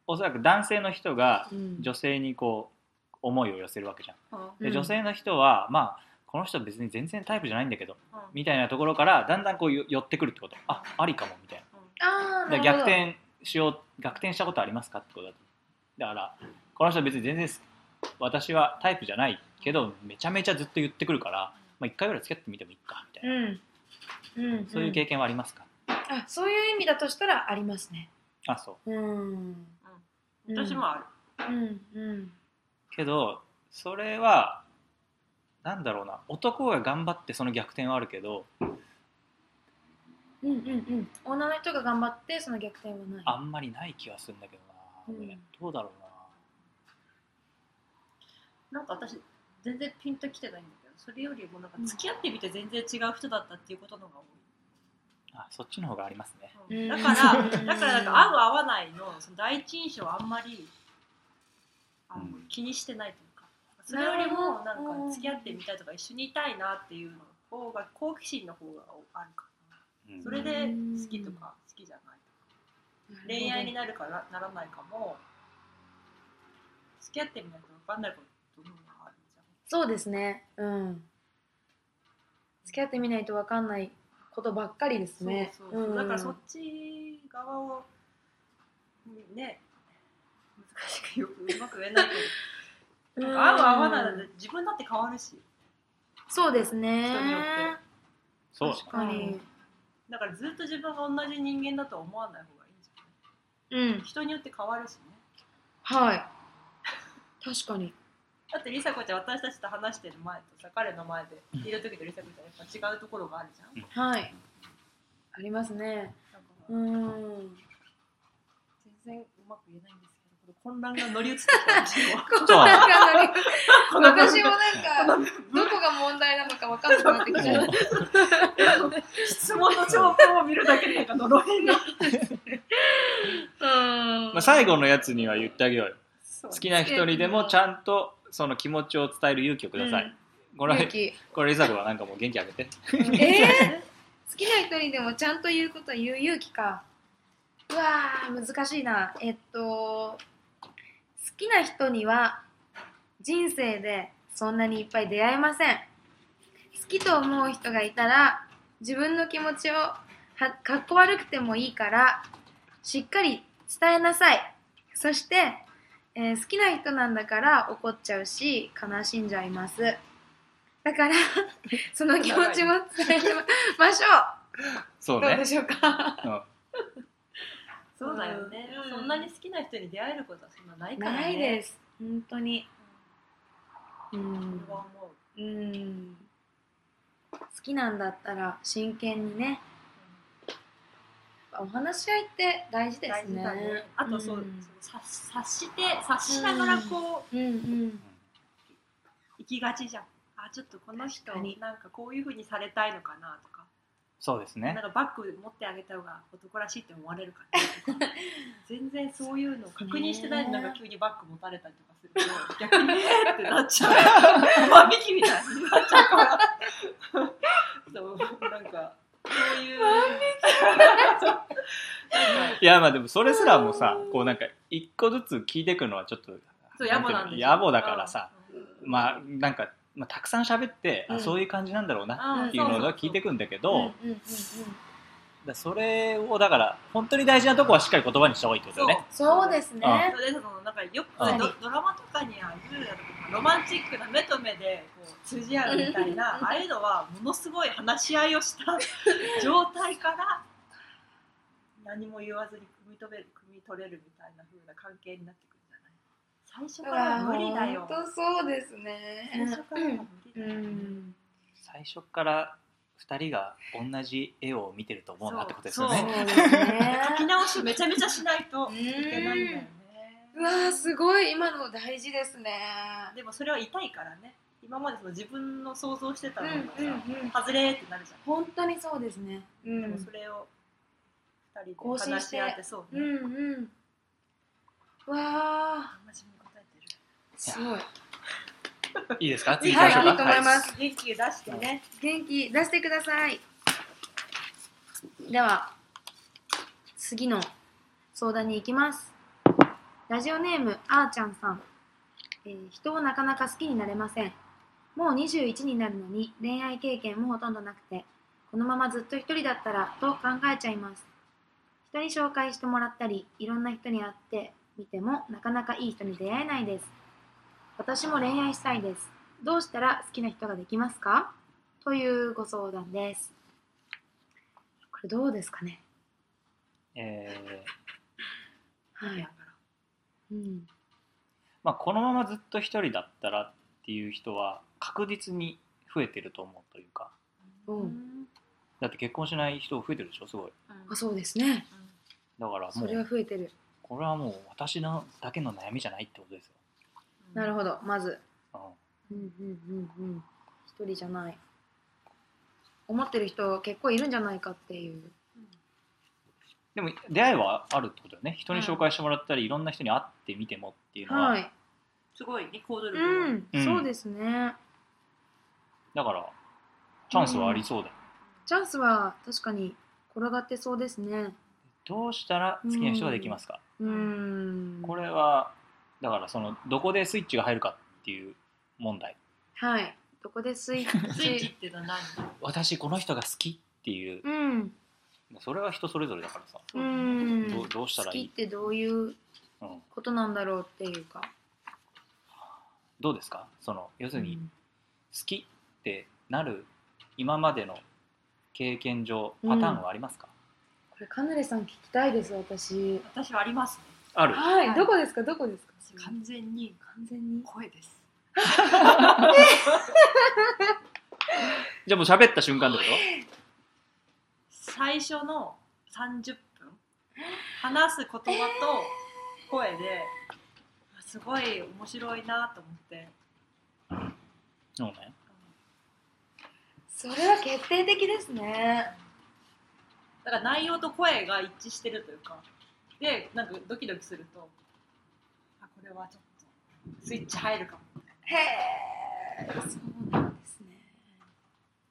S2: おそらく男性の人が
S1: うん
S2: 女性にこう思いを寄せるわけじゃん
S3: うんうん
S2: で
S1: うん
S2: 女性の人はまあこの人別に全然タイプじゃないんだけど
S3: うん
S2: みたいなところからだんだんこうよ寄ってくるってことあありかもみたい
S1: あー
S2: なで
S1: なる
S2: 逆
S1: ほど
S2: 転しよう逆転したことありますかってことだとだからこの人別に全然す私はタイプじゃないけどめちゃめちゃずっと言ってくるから、まあ、1回ぐらい付き合ってみてもいいかみたいな、
S1: うんうん
S2: そういう経験はありますか
S1: あそういう意味だとしたらありますね
S2: あそう
S1: うん
S3: 私もある、
S1: うんうん
S2: けどそれはなんだろうな男が頑張ってその逆転はあるけど
S1: うんうんうん女の人が頑張ってその逆転はない
S2: あんまりない気はするんだけどな、
S1: うん
S2: どうだろ
S3: なんか私全然ピンときてないんだけどそれよりもなんか付き合ってみて全然違う人だったっていうことの方が
S2: うなあそっちの方がありますね
S3: 多い、
S1: うん
S3: だから
S1: うん
S3: だからなんか合う合わないのその第一印象はあんまりあの、
S2: うん
S3: 気にしてないというかそれよりも
S1: な
S3: な
S1: るほど
S3: んか付き合ってみたいとか一緒にいたいなっていうの方が好奇心の方があるか
S2: うん
S3: なそれで好きとか好きじゃない恋愛に
S1: な
S3: なるかなならないかも付き合ってみないと分かんないことのがあるじゃん
S1: そうですねうん付き合ってみないと分かんないことばっかりですね
S3: そうそうそう
S1: うん
S3: だからそっち側をね難しくよくうまく言えないけど
S1: うん
S3: 合う合わないなんて自分だって変わるし
S1: そうですね。
S3: 人によって
S2: そう
S1: 確かに。
S3: だからずっと自分が同じ人間だとは思わない方がいいんじゃ
S1: うん
S3: ない。人によって変わるしね
S1: はい。確かに。
S3: だってりさこちゃん私たちと話してる前とさ彼の前でいる時とりさこちゃんやっぱ違うところがあるじゃん
S1: はい。ありますね。
S3: なんか
S1: うーん。
S3: 全然うまく言えないんですけどこの混乱が乗り移ってきたんですよ
S2: そう
S1: なんかあの
S3: この
S1: 私もなんか、どこが問題なのか分かんなくなってきちゃう。
S3: 質問の長文を見るだけでなんか呪いが
S1: うん
S2: まあ、最後のやつには言ってあげようよ
S3: そう
S2: 好きな人にでもちゃんとその気持ちを伝える勇気をください、こ
S1: 勇
S2: れ
S1: 気。
S2: これリサ子はなんかもう元気あげて
S1: え ー、好きな人にでもちゃんと言うこと言う勇気かうわー難しいなえっと好きな人には人生でそんなにいっぱい出会えません好きと思う人がいたら自分の気持ちをはかっこ悪くてもいいからしっかり伝えなさいそして、えー好きな人なんだから怒っちゃうし悲しんじゃいますだ からその気持ちも伝えましょ
S2: そう
S1: うどう
S2: ね
S1: で、しょうか
S2: うん、
S3: そうだよね、
S1: うん
S3: そんなに好きな人に出会えることはそんなないからね
S1: ないです本当にうん
S3: それは思う
S1: うん好きなんだったら真剣にねお話し合いって大事ですね
S3: 大事だねあとそう、
S1: うん
S3: その察察して察しながらこう
S1: うんうん
S3: 行きがちじゃんあちょっとこの人
S1: 確かに
S3: なんかこういうふうにされたいのかなとか
S2: そうですね
S3: なんかバッグ持ってあげた方が男らしいって思われるからとか全然そういうのを確認してないのになんか急にバッグ持たれたりとかすると逆にえーってなっちゃう万引きみたいになっちゃうからそうなんかそういう
S2: いやまあでもそれすらもさこうなんか一個ずつ聞いていくのはちょっと
S3: そう野暮な
S2: て
S3: んで
S2: い
S3: す
S2: う
S3: よ
S2: の野暮だからさ、
S3: うん
S2: まあなんか、まあ、たくさん喋って、
S1: うん
S2: あそういう感じなんだろうな
S3: あ
S2: っていうのを聞いてい
S3: く
S2: くんだけ
S1: うんうん
S2: ど、
S1: うんうん
S2: だそれをだから本当に大事なとこはしっかり言葉にした方がいいってことだよね
S1: そうですね
S3: それでそのなんかよく
S2: うん
S3: ドドラマとかにあるロマンチックな目と目でこう通じ合うみたいな
S1: うん
S3: ああいうのはものすごい話し合いをした 状態から何も言わずに組み取れる組み取れるみたいな風な関係になってくるんじゃない最初からは無理だよ
S1: 本当そうです
S3: 最
S1: ね
S3: 初からは無理
S1: う
S3: だよ、
S1: ん
S2: 最初から2人が同じ絵を見てると思うなってことですよ
S1: そう
S2: ね
S1: ですね
S3: 書き直しめちゃめちゃしないと
S1: うん
S3: いけないんだよね
S1: うわーすごい今の大事ですね
S3: でもそれは痛いからね今までその自分の想像してた
S1: う
S3: のがさ、
S1: んうんうん
S3: 外れってなるじゃん、
S1: 本当にそうですねう
S3: でも
S1: ん
S3: それを二人
S1: 更
S3: で
S1: 新して
S3: 話し合ってそう
S1: う
S3: ね、
S1: んうんわあ
S3: あんま自分に答えてる
S1: すごい
S2: いいですか
S1: い
S2: 次行きましょうか、
S1: はいいいと思います
S3: 元気出してね
S1: 元気出してくださいでは次の相談に行きますラジオネームあーちゃんさん、えー人をなかなか好きになれませんもう21になるのに恋愛経験もほとんどなくてこのままずっと一人だったらと考えちゃいます人に紹介してもらったりいろんな人に会ってみてもなかなかいい人に出会えないです私も恋愛したいですどうしたら好きな人ができますかというご相談です。これどうですかね。
S2: えー
S1: は
S3: はい
S1: い。うん。
S2: まあ、このままずっと1人だったらっていう人は確実に増えてると思うというか
S1: う
S3: うん
S1: ん。
S2: だって結婚しない人増えてるでしょすごい
S1: あ、そうですね。
S2: だからも
S1: それは
S2: う
S1: 増えてる。
S2: これはもう私のだけの悩みじゃないってことですよ、
S1: なる
S3: ほ
S1: ほど。まず。
S2: うん、
S1: うんうんうんうん。一人じゃない。思ってる人結構いるんじゃないかっていう。
S2: でも出会いはあるってことだよね人に紹介してもらったり、いろんな人に会ってみてもっていうのは、
S1: はい。
S3: すごいね行動力が
S1: うん。
S2: うん
S1: そうですね。
S2: だからチャンスはありそうだよ、
S1: チャンスは確かに転がってそうですね。
S2: どうしたら好きな人ができますか、
S1: うーん。
S2: これはだからそのどこでスイッチが入るかっていう問題
S1: はい。どこでス イッ
S3: スイッチ
S1: チ。
S3: っていうのは何
S2: 私この人が好きっていう
S1: うん。
S2: それは人それぞれだからさ、
S1: う
S2: ど
S1: ん
S2: う。どうした
S1: 好
S2: ら
S1: きっ
S2: いい、
S1: てどういう
S2: うん、
S1: ことなんだろうっていうか。
S2: どうですかその要するに
S1: うん
S2: 好きってなる今までの経験上パターンはありますか、
S1: これカヌレさん聞きたいです私。
S3: 私はありますね
S2: ある
S1: はい、
S3: はい
S1: どこですかどこですか。
S3: 完全に
S1: 完全に。
S3: 声です
S2: じゃあもう喋った瞬間ってこと
S3: 最初の30分話す言葉と声で、すごい面白いなと思って
S2: そうね
S1: それは決定的ですね。
S3: だから内容と声が一致してるというかでなんかドキドキするとあこれはちょっとスイッチ入るかも
S1: へえ。そうなんですね。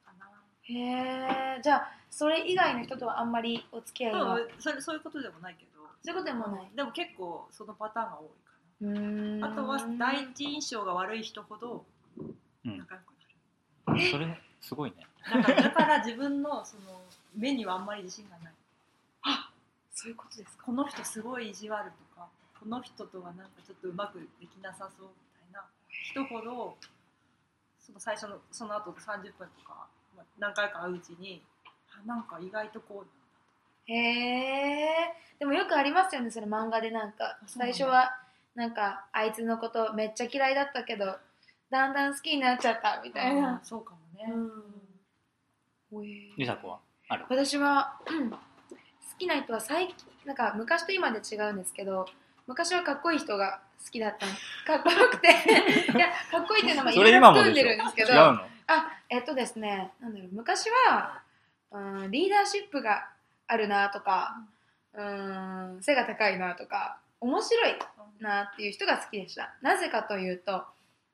S3: かな
S1: へえ。じゃあそれ以外の人とはあんまりお付き合いは。
S3: うんそれそういうことでもないけど
S1: そういうことでもない
S3: でも結構そのパターンが多いか
S1: うーん
S3: なあとは第一印象が悪い人ほど
S2: うん
S3: 仲良く
S2: それすごいね
S3: なる、だからだから自分のその目にはあんまり自信がない
S1: そういうことですか。
S3: この人すごい意地悪とかこの人とはなんかちょっとうまくできなさそうみたいな人ほどその最初のその後の30分とか、まあ、何回か会ううちにあなんか意外とこうなんだ
S1: へえでもよくありますよねそれ漫画でなんか
S3: あそうなん
S1: 最
S3: だ
S1: 初はなんかあいつのことめっちゃ嫌いだったけどだんだん好きになっちゃったみ
S3: み
S1: たいな
S3: そうかもね、
S1: うん
S2: りさこはある
S1: 私は、うん好きな人は最近なんか昔と今で違うんですけど昔はかっこいい人が好きだったのかっこ よくていやかっこいいっていうのもい
S2: そ
S1: ろい
S2: れ
S1: ろ
S2: 今も
S1: 含ん
S2: でし
S1: で
S2: ょ
S1: るんですけど
S2: 違うの
S1: あえっとですねなんだろう昔は、うん、リーダーシップがあるなとか、うん、背が高いなとか面白いなっていう人が好きでしたなぜかというと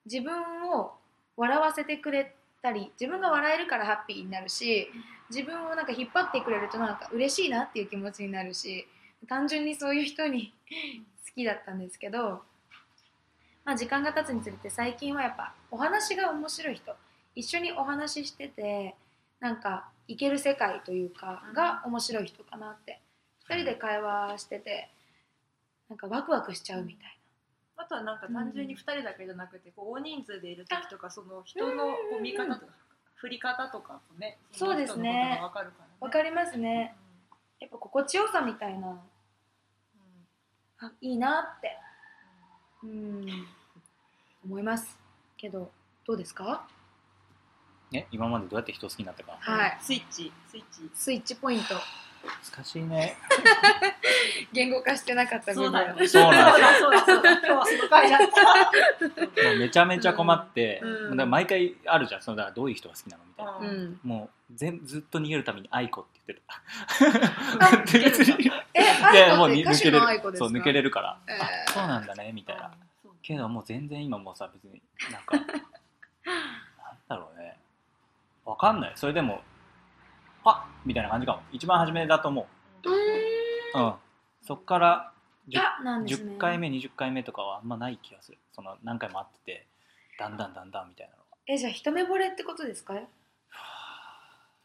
S1: 自分を笑わせてくれたり自分が笑えるからハッピーになるし自分をなんか引っ張ってくれるとなんか嬉しいなっていう気持ちになるし単純にそういう人に 好きだったんですけど、まあ、時間が経つにつれて最近はやっぱお話が面白い人一緒にお話ししててなんかいける世界というかが面白い人かなって2人で会話しててなんかワクワクしちゃうみたいな。
S3: あとはなんか単純に2人だけじゃなくてこう大人数でいる時とかその人のこ
S1: うん
S3: う見方とか振り方とかもね
S1: そうですね
S3: 分かるからね
S1: わかります
S3: うん
S1: ね。やっぱ心地よさみたいな、
S3: うん
S1: あいいなって、うん、思います。けど、どうですか
S2: ね今までどうやって人好きになったか
S1: はい。
S3: スイッチスイッチ
S1: スイッチポイント。
S2: 難しいね
S1: 言語化してなかった部
S3: そう
S1: 分。
S3: だよね
S2: そうなん
S3: そうだそうだそうだ今日はその回だった
S2: もうめちゃめちゃ困って、
S1: うんうん
S2: だから毎回あるじゃんそのだからどういう人が好きなのみたいな、
S1: う
S3: うん
S1: ん。
S2: もう全ずっと逃げるために「愛子」って言
S1: あ
S2: ってた別に
S1: え、
S2: いや
S1: アイコ
S2: も
S1: っ
S2: う
S1: て
S2: に
S1: 歌
S2: 抜
S1: 手
S2: けれ
S1: のアイコ
S2: る
S1: です
S2: そ
S1: か
S2: う抜けれるから、
S1: えー
S2: あそうなんだねみたいな
S3: あそう
S2: けどもう全然今もうさ別になんかなんだろうねわかんないそれでもあみたいな感じかも一番初めだと思
S1: うーん。
S2: ううんそっからじゅ
S1: あ、なんですね。
S2: 10回目20回目とかはあんまない気がするその何回も会っててだんだんだんだんみたいなのは
S1: え、じゃあ一目惚れってことですか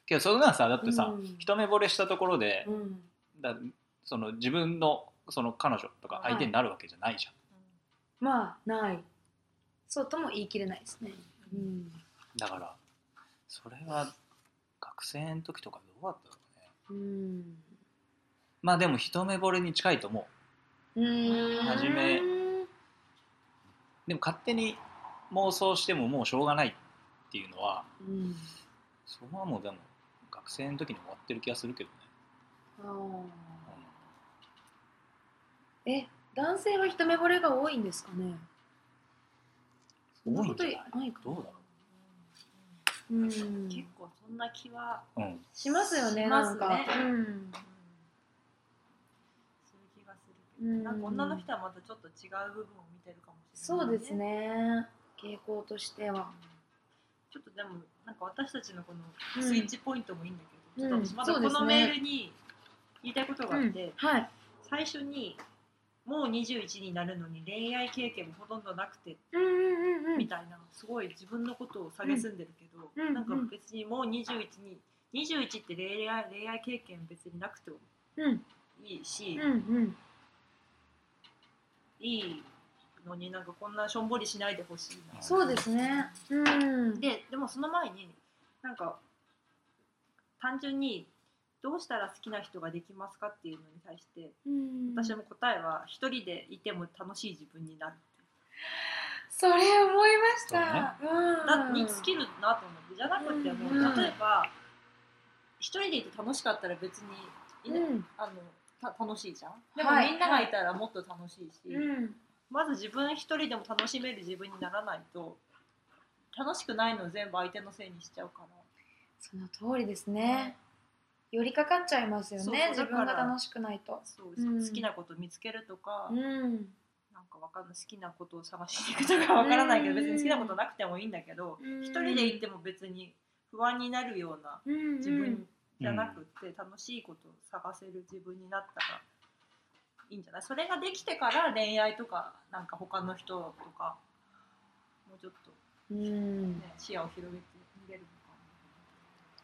S2: けどそれならさだってさ、
S1: うん
S2: 一目惚れしたところで
S1: う、ん。
S2: だその自分のその彼女とか相手になるわけじゃないじゃん、
S1: まあ、ない。そうとも言い切れないですね。うん。
S2: だからそれは学生の時とかどうだったのね
S1: うん。
S2: まあでも一目惚れに近いと思
S1: うーん。
S2: 初めうでも勝手に妄想してももうしょうがないっていうのは
S1: うん。
S2: そこはもうでも学生の時に終わってる気がするけどね、
S1: あーえ男性は一目惚れが多いんですかね
S2: うん多い
S1: そ
S2: んじゃ
S1: な
S2: な
S1: ことない
S2: い
S1: か
S2: どうだろ
S1: うん
S3: 結構そんな気は
S2: う、うん、
S1: しますよね
S3: し
S1: な
S3: ます
S1: ん
S3: ね
S1: かうん
S3: そういう気がするけど、
S1: うん
S3: なんか女の人はまたちょっと違う部分を見てるかもしれな
S1: そ
S3: い、
S1: うです。ね傾向としては
S3: ちょっとでもなんか私たちのこ
S1: うん
S3: のスイッチポイントもいいんだけど、
S1: うん
S3: ちょっと私まだ
S1: そ
S3: こ
S1: う
S3: の
S1: ですね
S3: メールに言いたいことがあって、
S1: はい
S3: 最初にもう21になるのに恋愛経験もほとんどなくて
S1: うんうんうんう
S3: み
S1: ん
S3: たいな、すごい自分のことを蔑んでるけど、
S1: うん
S3: なんか
S1: うん
S3: 別にもう21に21って恋愛恋愛経験別になくても
S1: うん
S3: いいし、
S1: うんうん
S3: いいのになんかこんなしょんぼりしないでほしいな。
S1: そうですねうん
S3: ででもその前になんか単純にどうしたら好きな人ができますかっていうのに対して
S1: うん
S3: 私も答えは一人でいても楽しい自分になる
S1: それ思いました
S3: だ
S1: うん
S3: に尽きるなと思ってじゃなくても
S1: うん
S3: 例えば一人でいて楽しかったら別にいな
S1: うん
S3: あのた楽しいじゃんでも
S1: はい
S3: みんながいたらもっと楽しいし、
S1: うん
S3: まず自分一人でも楽しめる自分にならないと楽しくないのを全部相手のせいにしちゃうから。
S1: その通りですね寄りかかっちゃいますよ
S3: そう
S1: ね
S3: そ
S1: 自
S3: うだから
S1: 分が楽しくないと
S3: そう、
S1: うん
S3: 好きなこと見つけるとか、
S1: うん
S3: なんかわかんない好きなことを探していくとかわからないけ
S1: う
S3: ど、
S1: ん
S3: 別に好きなことなくてもいいんだけど、
S1: うん
S3: 一人で行っても別に不安になるような
S1: 自
S3: 自分じゃなくって、楽しいことを探せる自分になったらいいんじゃないそれができてから恋愛とかなんか他の人とかもうちょっと、
S1: うん
S3: ね、視野を広げて見れるのか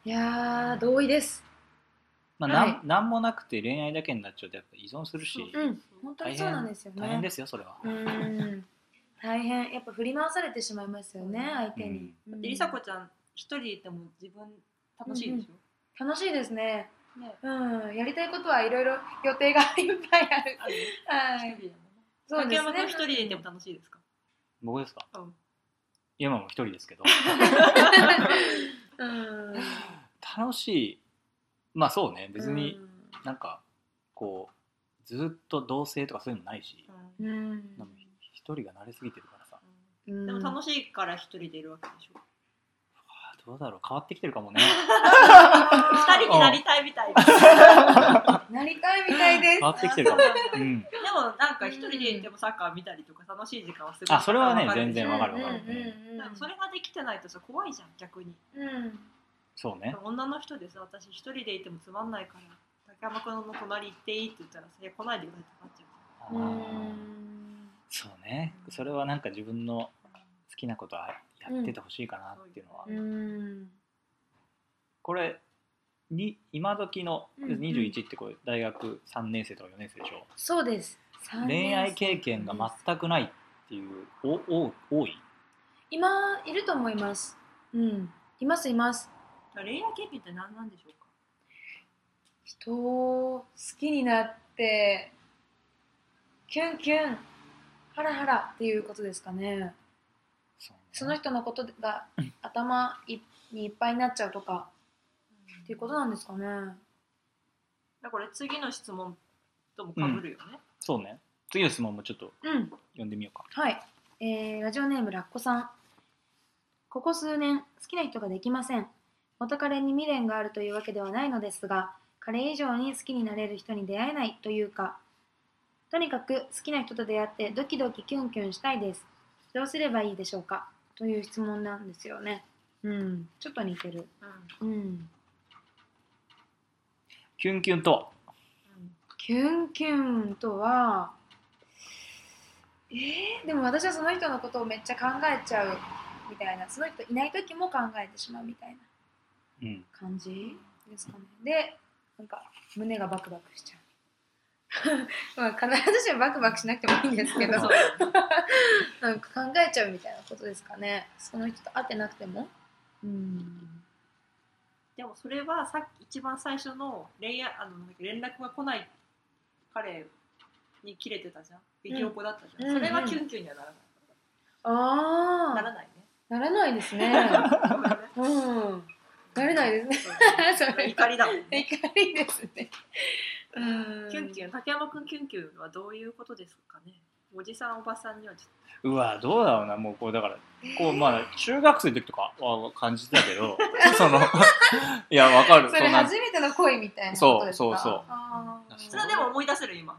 S1: いやー同意です
S2: まあ
S1: は
S2: ないんなんもなくて恋愛だけになっちゃうとやっぱ依存するし
S3: そう
S1: うん本当にそうなんですよね
S2: 大変ですよそれは、
S1: うん大変やっぱ振り回されてしまいますよね相手に、うん
S3: でりさこちゃん一人いても自分楽しいでしょ、
S1: 楽しいですね
S3: ね
S1: うんやりたいことはいろいろ予定がいっぱいある
S3: ある
S1: は
S3: 一
S1: い
S3: 人だもんね
S1: そう
S3: 竹
S1: です
S3: 山
S1: ね
S3: 君一人でいても楽しいですか
S2: 僕ですか、
S3: うん
S2: 今も一 人ですけど
S1: うん
S2: 楽しいまあそうね別に
S1: うん
S2: なんかこうずっと同棲とかそういうのないし、
S3: うん
S1: うん
S2: なんか一人が慣れすぎてるからさ
S3: でも楽
S1: し
S3: しいから一人でいるわけでしょ
S2: あどうだろう変わってきてるか もね
S3: 二人になりたいみたいでで
S1: なりたいみたいです
S2: 変わってきてるかも、うん、
S3: もなんか一人でいてもサッカー見たりとか楽しい時間はすごい
S2: あそれはね
S3: わかる
S2: 全然わかるわかる
S1: うんうん
S3: で
S1: うん
S3: もそれができてないとさ怖いじゃん逆に
S1: うん
S2: そうね
S3: 女の人でさ私一人でいてもつまんないから竹山君の隣行っていいって言ったらそれ来ないでくださいってなっちゃ
S2: あーそうねそれはなんか自分の好きなことはやっててほしいかなっていうのは、
S1: うんうん
S2: これに今時の
S1: うんうん
S2: 21ってこれ大学3年生とか4年生でしょ、
S1: そうです三年生
S2: 恋愛経験が全くないっていうおお多い
S1: 今いると思いますうんいますいます
S3: う恋愛経験って何なんでしょうか
S1: 人を好きになってキュンキュンハラハラっていうことですかね
S2: そうね
S1: その人のことが頭いにいっぱいになっちゃうとかっていうことなんですかね
S3: だからこれ次の質問ともかぶるよね、
S2: そうね次の質問もちょっと
S1: うん
S2: 読んでみようか
S1: はい、えーラジオネームラッコさんここ数年好きな人ができません元彼に未練があるというわけではないのですが彼以上に好きになれる人に出会えないというかとにかく好きな人と出会ってドキドキキュンキュンしたいですどうすればいいでしょうかという質問なんですよねうんちょっと似てる
S3: うん
S1: うん
S2: キュンキュンとは
S1: キュンキュンとはえー、でも私はその人のことをめっちゃ考えちゃうみたいなその人いない時も考えてしまうみたいな
S2: うん
S1: 感じですかねでなんか胸がバクバクしちゃうまあ必ずしもバクバクしなくてもいいんですけど
S3: うんそう
S1: なんか考えちゃうみたいなことですかねその人と会ってなくてもうん
S3: でもそれはさっき一番最初の恋愛あの連絡が来ない彼に切れてたじゃん激おこだったじゃん、
S1: うん
S3: それはキュンキュンにはならない、
S1: あ
S3: な
S1: あ
S3: らないね
S1: ならないです ねうんなれないですね それ
S3: 怒りだもんね
S1: 怒りですね。うん。
S3: キュンキュン竹山くんキュンキュンはどういうことですかねおじさんおばさんにはちょっ
S2: うわどうだろうなもうこうだからこうまあ中学生の時とかは感じてた けどそのいやわかる
S1: それ
S2: んな
S1: 初めての恋みたいなことですか。
S2: そうそうそう
S1: あー
S2: 確
S3: と
S2: か
S3: それはでも思い出せる今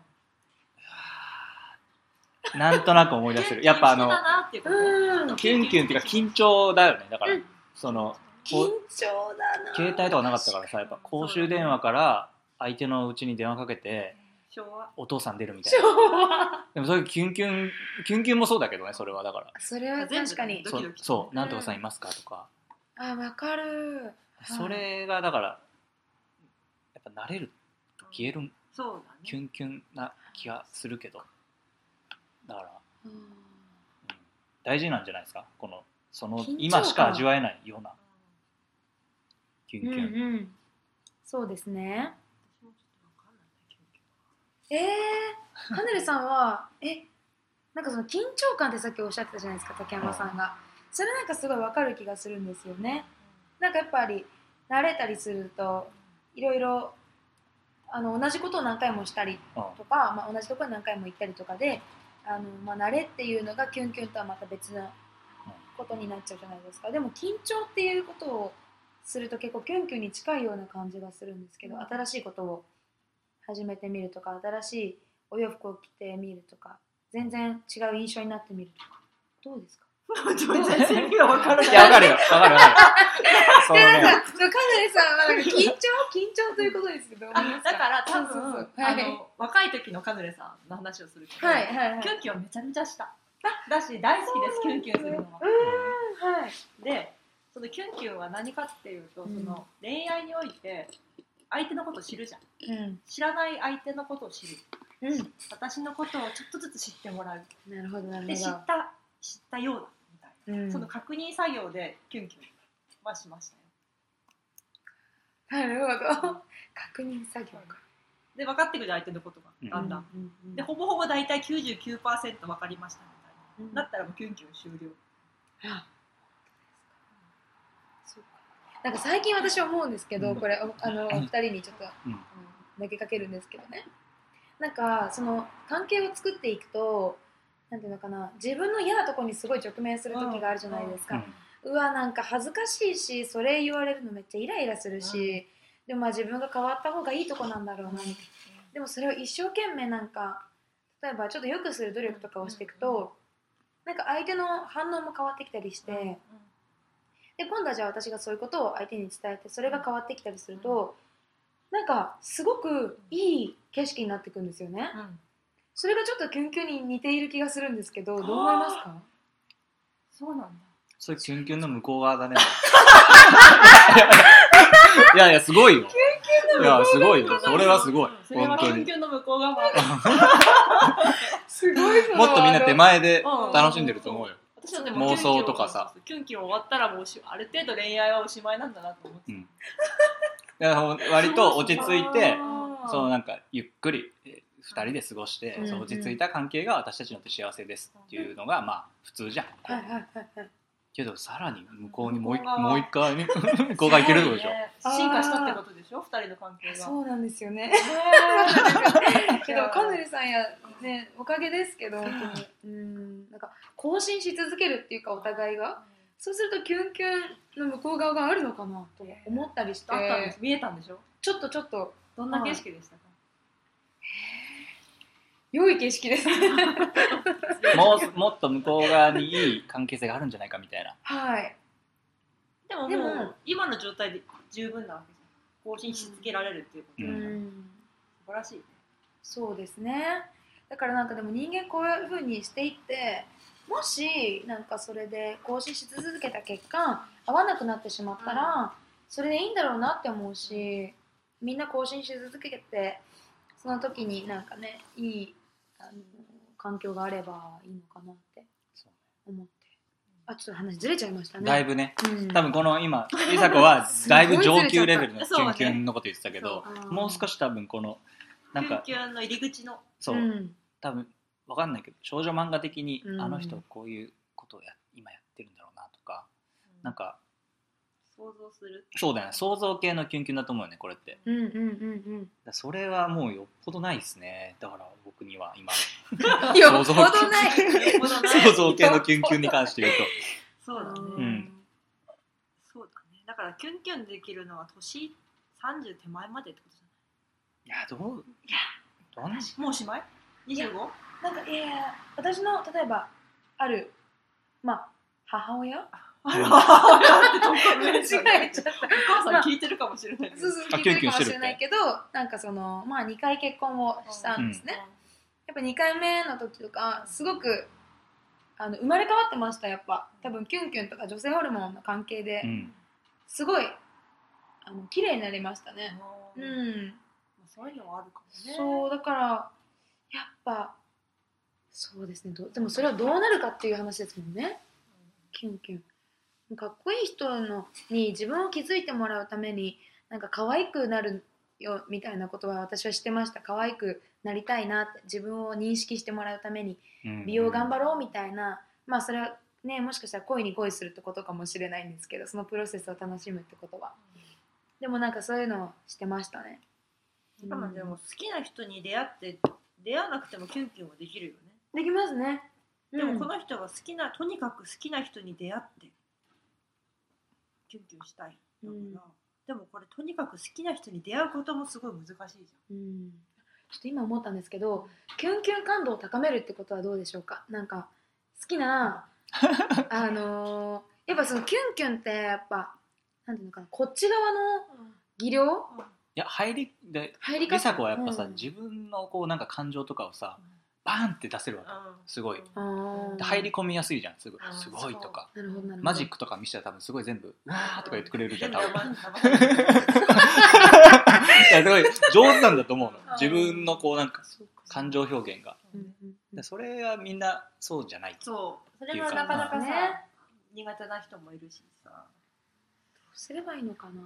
S2: なんとなく思い出せるやっぱあの
S3: キュンキュンだなっていうこと
S1: うん。
S2: キュンキュンっていうか緊張だよねだから、
S1: うん
S2: その
S1: 緊張だな。
S2: 携帯とかなかったからさやっぱ公衆電話から相手のうちに電話かけて
S3: 昭和
S2: お父さん出るみたい
S1: 昭
S2: な
S1: 和。
S2: でもそういうキュンキュンキュンキュンもそうだけどねそれはだから
S1: それは確かに
S3: 全。部
S2: そ
S3: ドキド
S2: う
S3: キ
S2: そううんなんとかさんいますかとか
S1: あ、わかる。はい
S2: それがだからやっぱ慣れると消える
S3: そう
S2: キ
S3: だ
S2: ュ
S3: ね
S2: ンキュンな気がするけどだから、
S1: うん
S2: うん大事なんじゃないですかこのその
S1: 緊張感
S2: 今しか味わえないようなキュン
S1: うん
S2: キ
S1: う
S2: ュン、
S1: ん。そうですね。
S3: 私もちょっとわかんないなキュンキュン
S1: ええ ー。はねるさんは、え。なんかその緊張感ってさっきおっしゃってたじゃないですか、竹山さんが。それなんかすごいわかる気がするんですよね。なんかやっぱり慣れたりするといろいろあの同じことを何回もしたり
S2: うん
S1: とか、まあ、同じところに何回も行ったりとかであの、まあ、慣れっていうのがキュンキュンとはまた別のことになっちゃうじゃないですかでも緊張っていうことをすると結構キュンキュンに近いような感じがするんですけど、
S3: うん
S1: 新しいことを始めてみるとか新しいお洋服を着てみるとか全然違う印象になってみるとかどうですか
S3: 全然意味が分からない
S2: いや、わかるよ。わかる わかる。その
S1: でなん
S2: ね、
S1: か、カナリさんはなん か緊張緊張ということですけど。思いま
S3: あ
S1: す
S3: だから多
S1: そうそうそう
S3: 分
S1: は
S3: あ
S1: い
S3: の若い時のカヌレさんの話をするけど
S1: はいはいはい。
S3: キュンキュンはめちゃめちゃしただし大好きですキュンキュンするのは
S1: うんはい。
S3: でそのキュンキュンは何かっていうと、
S1: うん
S3: その恋愛において相手のことを知るじゃん
S1: うん
S3: 知らない相手のことを知る
S1: うん。
S3: 私のことをちょっとずつ知ってもらう
S1: なるほどなる
S3: で
S1: ほ
S3: 知
S1: ど
S3: っ。た知ったようだみたい
S1: うん
S3: な、その確認作業でキュンキュンはしましたよ
S1: なるほど確認作業か、
S3: で分かってくる相手のことがだんだん、
S1: うんうん
S3: でほぼほぼ大体99%分かりましたみたい
S1: うん
S3: なだったらもうキュンキュン終了
S1: あそうかなんか最近私思うんですけど、
S2: うん
S1: これおあのお二人にちょっと、
S2: うん
S1: あの投げかけるんですけどねなんかその関係を作っていくとなんていうのかな自分の嫌なとこにすごい直面する時があるじゃないですか、うわなんか恥ずかしいしそれ言われるのめっちゃイライラするし、でもまあ自分が変わった方がいいとこなんだろうなでもそれを一生懸命なんか例えばちょっと良くする努力とかをしていくと、なんか相手の反応も変わってきたりして、で今度はじゃあ私がそういうことを相手に伝えてそれが変わってきたりすると、なんかすごくいい景色になってくんですよね、
S3: うん
S1: それがちょっとキュンキュンに似ている気がするんですけどどう思いますか
S3: そうなんだ
S2: それキュンキュンの向こう 側だねいやいやすごいよいやすごいよそれはすごい
S3: うんそれ
S2: 本
S3: はキ
S2: 当
S3: ュン
S2: に
S3: キュンの向こう側も
S1: すごい
S2: もっとみんな手前で
S3: うん
S2: 楽しんでると思うよ
S3: 私はで
S2: 妄想とかさ
S3: キュンキュン終わったらもうおしある程度恋愛はおしまいなんだなと思って
S2: だから割と落ち着いて
S3: あー
S2: そうなんかゆっくりえー二人で過ごして、
S1: うん
S2: そう落ち着いた関係が私たちにとって幸せですっていうのがまあ普通じゃん、
S1: はいはいはいはい
S2: けどさらに向こうにもう一
S3: 向こう側
S2: もう一回 ね向こうがいけるってことでしょ、
S3: そうね進化したってことでしょ二人の関係が
S1: そうなんですよね
S3: ね
S1: けどカヌレさんや、ね、おかげですけど本当にうんなんか更新し続けるっていうかお互いがそうするとキュンキュンの向こう側があるのかなと思ったりして
S3: あったんです見えたんでしょ
S1: ちょっとちょっと
S3: どんな景色でしたか
S1: 良い景色です
S2: もうもっと向こう側にいい関係性があるんじゃないかみたいな
S1: はい
S3: でも
S1: で
S3: も
S1: も
S3: う今の状態で十分なわけじゃん更新し続けられるっていうこと
S1: う
S3: だから素
S1: ん
S3: 晴らしい
S1: そうですねだからなんかでも人間こういう風にしていってもしなんかそれで更新し続けた結果合わなくなってしまったら、それでいいんだろうなって思うしみんな更新し続けてその時になんかねいいあの環境があればいいのかなって
S2: そう
S1: 思ってあちょっと話ずれちゃいましたね
S2: だいぶね
S1: うん
S2: 多分この今梨紗子はだいぶ上級レベルの
S3: す
S2: キ
S3: ごいずれちゃ
S2: ュン
S3: った
S2: キュンのこと言ってたけど、
S1: あー
S2: もう少し多分このなんか
S3: キュンキュンの入り口の
S2: そう、
S1: うん
S2: 多分わかんないけど少女漫画的に、
S1: うん
S2: あの人こういうことをや今やってるんだろうなとかなんか
S3: 想像する
S2: そうだよね想像系のキュンキュンだと思うよねこれってだか
S1: うんうん うん
S2: らそれはもうよっぽどないですねだから僕には今
S1: うん よっ
S2: 想
S1: ぽ
S2: 像
S1: どない
S3: よっぽどない
S2: 想像系の キュンキュンに関して言う
S3: そうだね、
S2: ん
S3: そうだねだからキュンキュンできるのは年30手前までってことじ
S2: といやどう
S1: いや
S2: どんな
S3: ゃないもうおしまい ?25?
S1: なんかいやいや私の例えばあるまあ母親
S3: あら
S1: 間違えちゃった
S3: お母さん聞いてるかもしれない
S1: そうそう
S2: あ
S1: 聞いてる
S2: キュンキュン
S1: か
S2: し
S1: もし
S2: てる
S1: れないけどなんかそのまあ2回結婚をしたんですね、やっぱ2回目の時とかすごくあの生まれ変わってましたやっぱ多分キュンキュンとか女性ホルモンの関係で
S2: うん
S1: すごいあの綺麗になりましたね
S3: う
S1: うんん、
S3: まあそういうのはあるかもね
S1: そうだからやっぱそうですねどうでもそれはどうなるかっていう話ですもんねキュンキュンかっこいい人のに自分を気づいてもらうためになんか可愛くなるよみたいなことは私はしてました可愛くなりたいなって自分を認識してもらうために
S2: うん
S1: 美容頑張
S2: ろ
S1: ろうみたいな、まあそれはねもしかしたら恋に恋するってことかもしれないんですけどそのプロセスを楽しむってことはでもなんかそういうのをしてましたね
S3: うん多分でも好きな人に出会って出会わなくてもキュンキュンはできるよね
S1: できますね
S3: でもこの人が好きなとにかく好きな人に出会ってキュンキュンしたいだから、
S1: うん
S3: でもこれとにかく好きな人に出会うこともすごい難しいじ
S1: うんちょっと今思ったんですけどキュンキュン感度を高めるってことはどうでしょうかなんか好き なあのーやっぱそのキュンキュンってやっぱなんていうのかなこっち側の
S3: ゃん、
S1: 技量
S2: いや入りで
S1: 入り
S2: 梨
S1: 方
S2: 紗子はやっぱさ、
S1: うん
S2: 自分のこうなんか感情とかをさバーンって出せるわけ、すごい
S1: あ
S3: うん
S1: ー
S2: で入り込みやすいじゃんすごい
S3: うん
S2: すごいとか
S1: なるほどなるほど
S2: マジックとか見せたら多分すごい全部うわーとか言ってくれるじ ゃん多分いやすごい上手なんだと思うの自分のこうなんか
S1: そうか
S2: 感情表現が
S1: うんうんうん
S2: でそれはみんなそうじゃない
S3: そうそれはなかなかさ、苦手な人もいるしさ
S1: すればいいのかな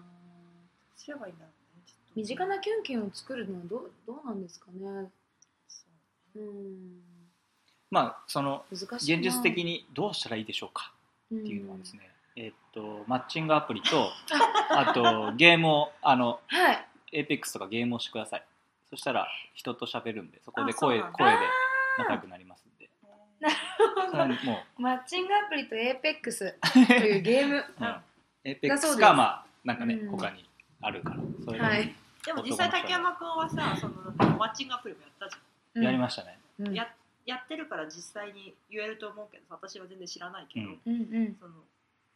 S3: すればいいんだろうねちょっと
S1: 身近なキュンキュンを作るのはどうどうなんですかね
S3: そ
S1: う
S3: う
S1: ん
S2: まあその
S1: 難しいな
S2: 現実的にどうしたらいいでしょうかっていうのはですね、えっとマッチングアプリとあとゲームをあの
S1: うんはい
S2: エーペックスとかゲームをしてくださいそしたら人と喋るんでそこで
S3: あそう
S2: 声
S3: なんだ
S2: 声で仲良くなりますんで
S3: ね
S2: それはもう
S1: マッチングアプリと APEX というゲーム
S2: うん
S3: あ
S2: エーペッ
S1: だ
S2: ク
S1: そう
S2: ス
S1: です
S2: かまあなんかね、
S1: うん
S2: 他にあるからそれで、
S1: はい、
S3: でも実際竹山君はさそのマッチングアプリもやったじ
S1: うん、
S2: やりましたね、
S1: うん
S3: やゃんやってるから実際に言えると思うけど私は全然知らないけど、
S2: うん
S1: うんうん
S3: その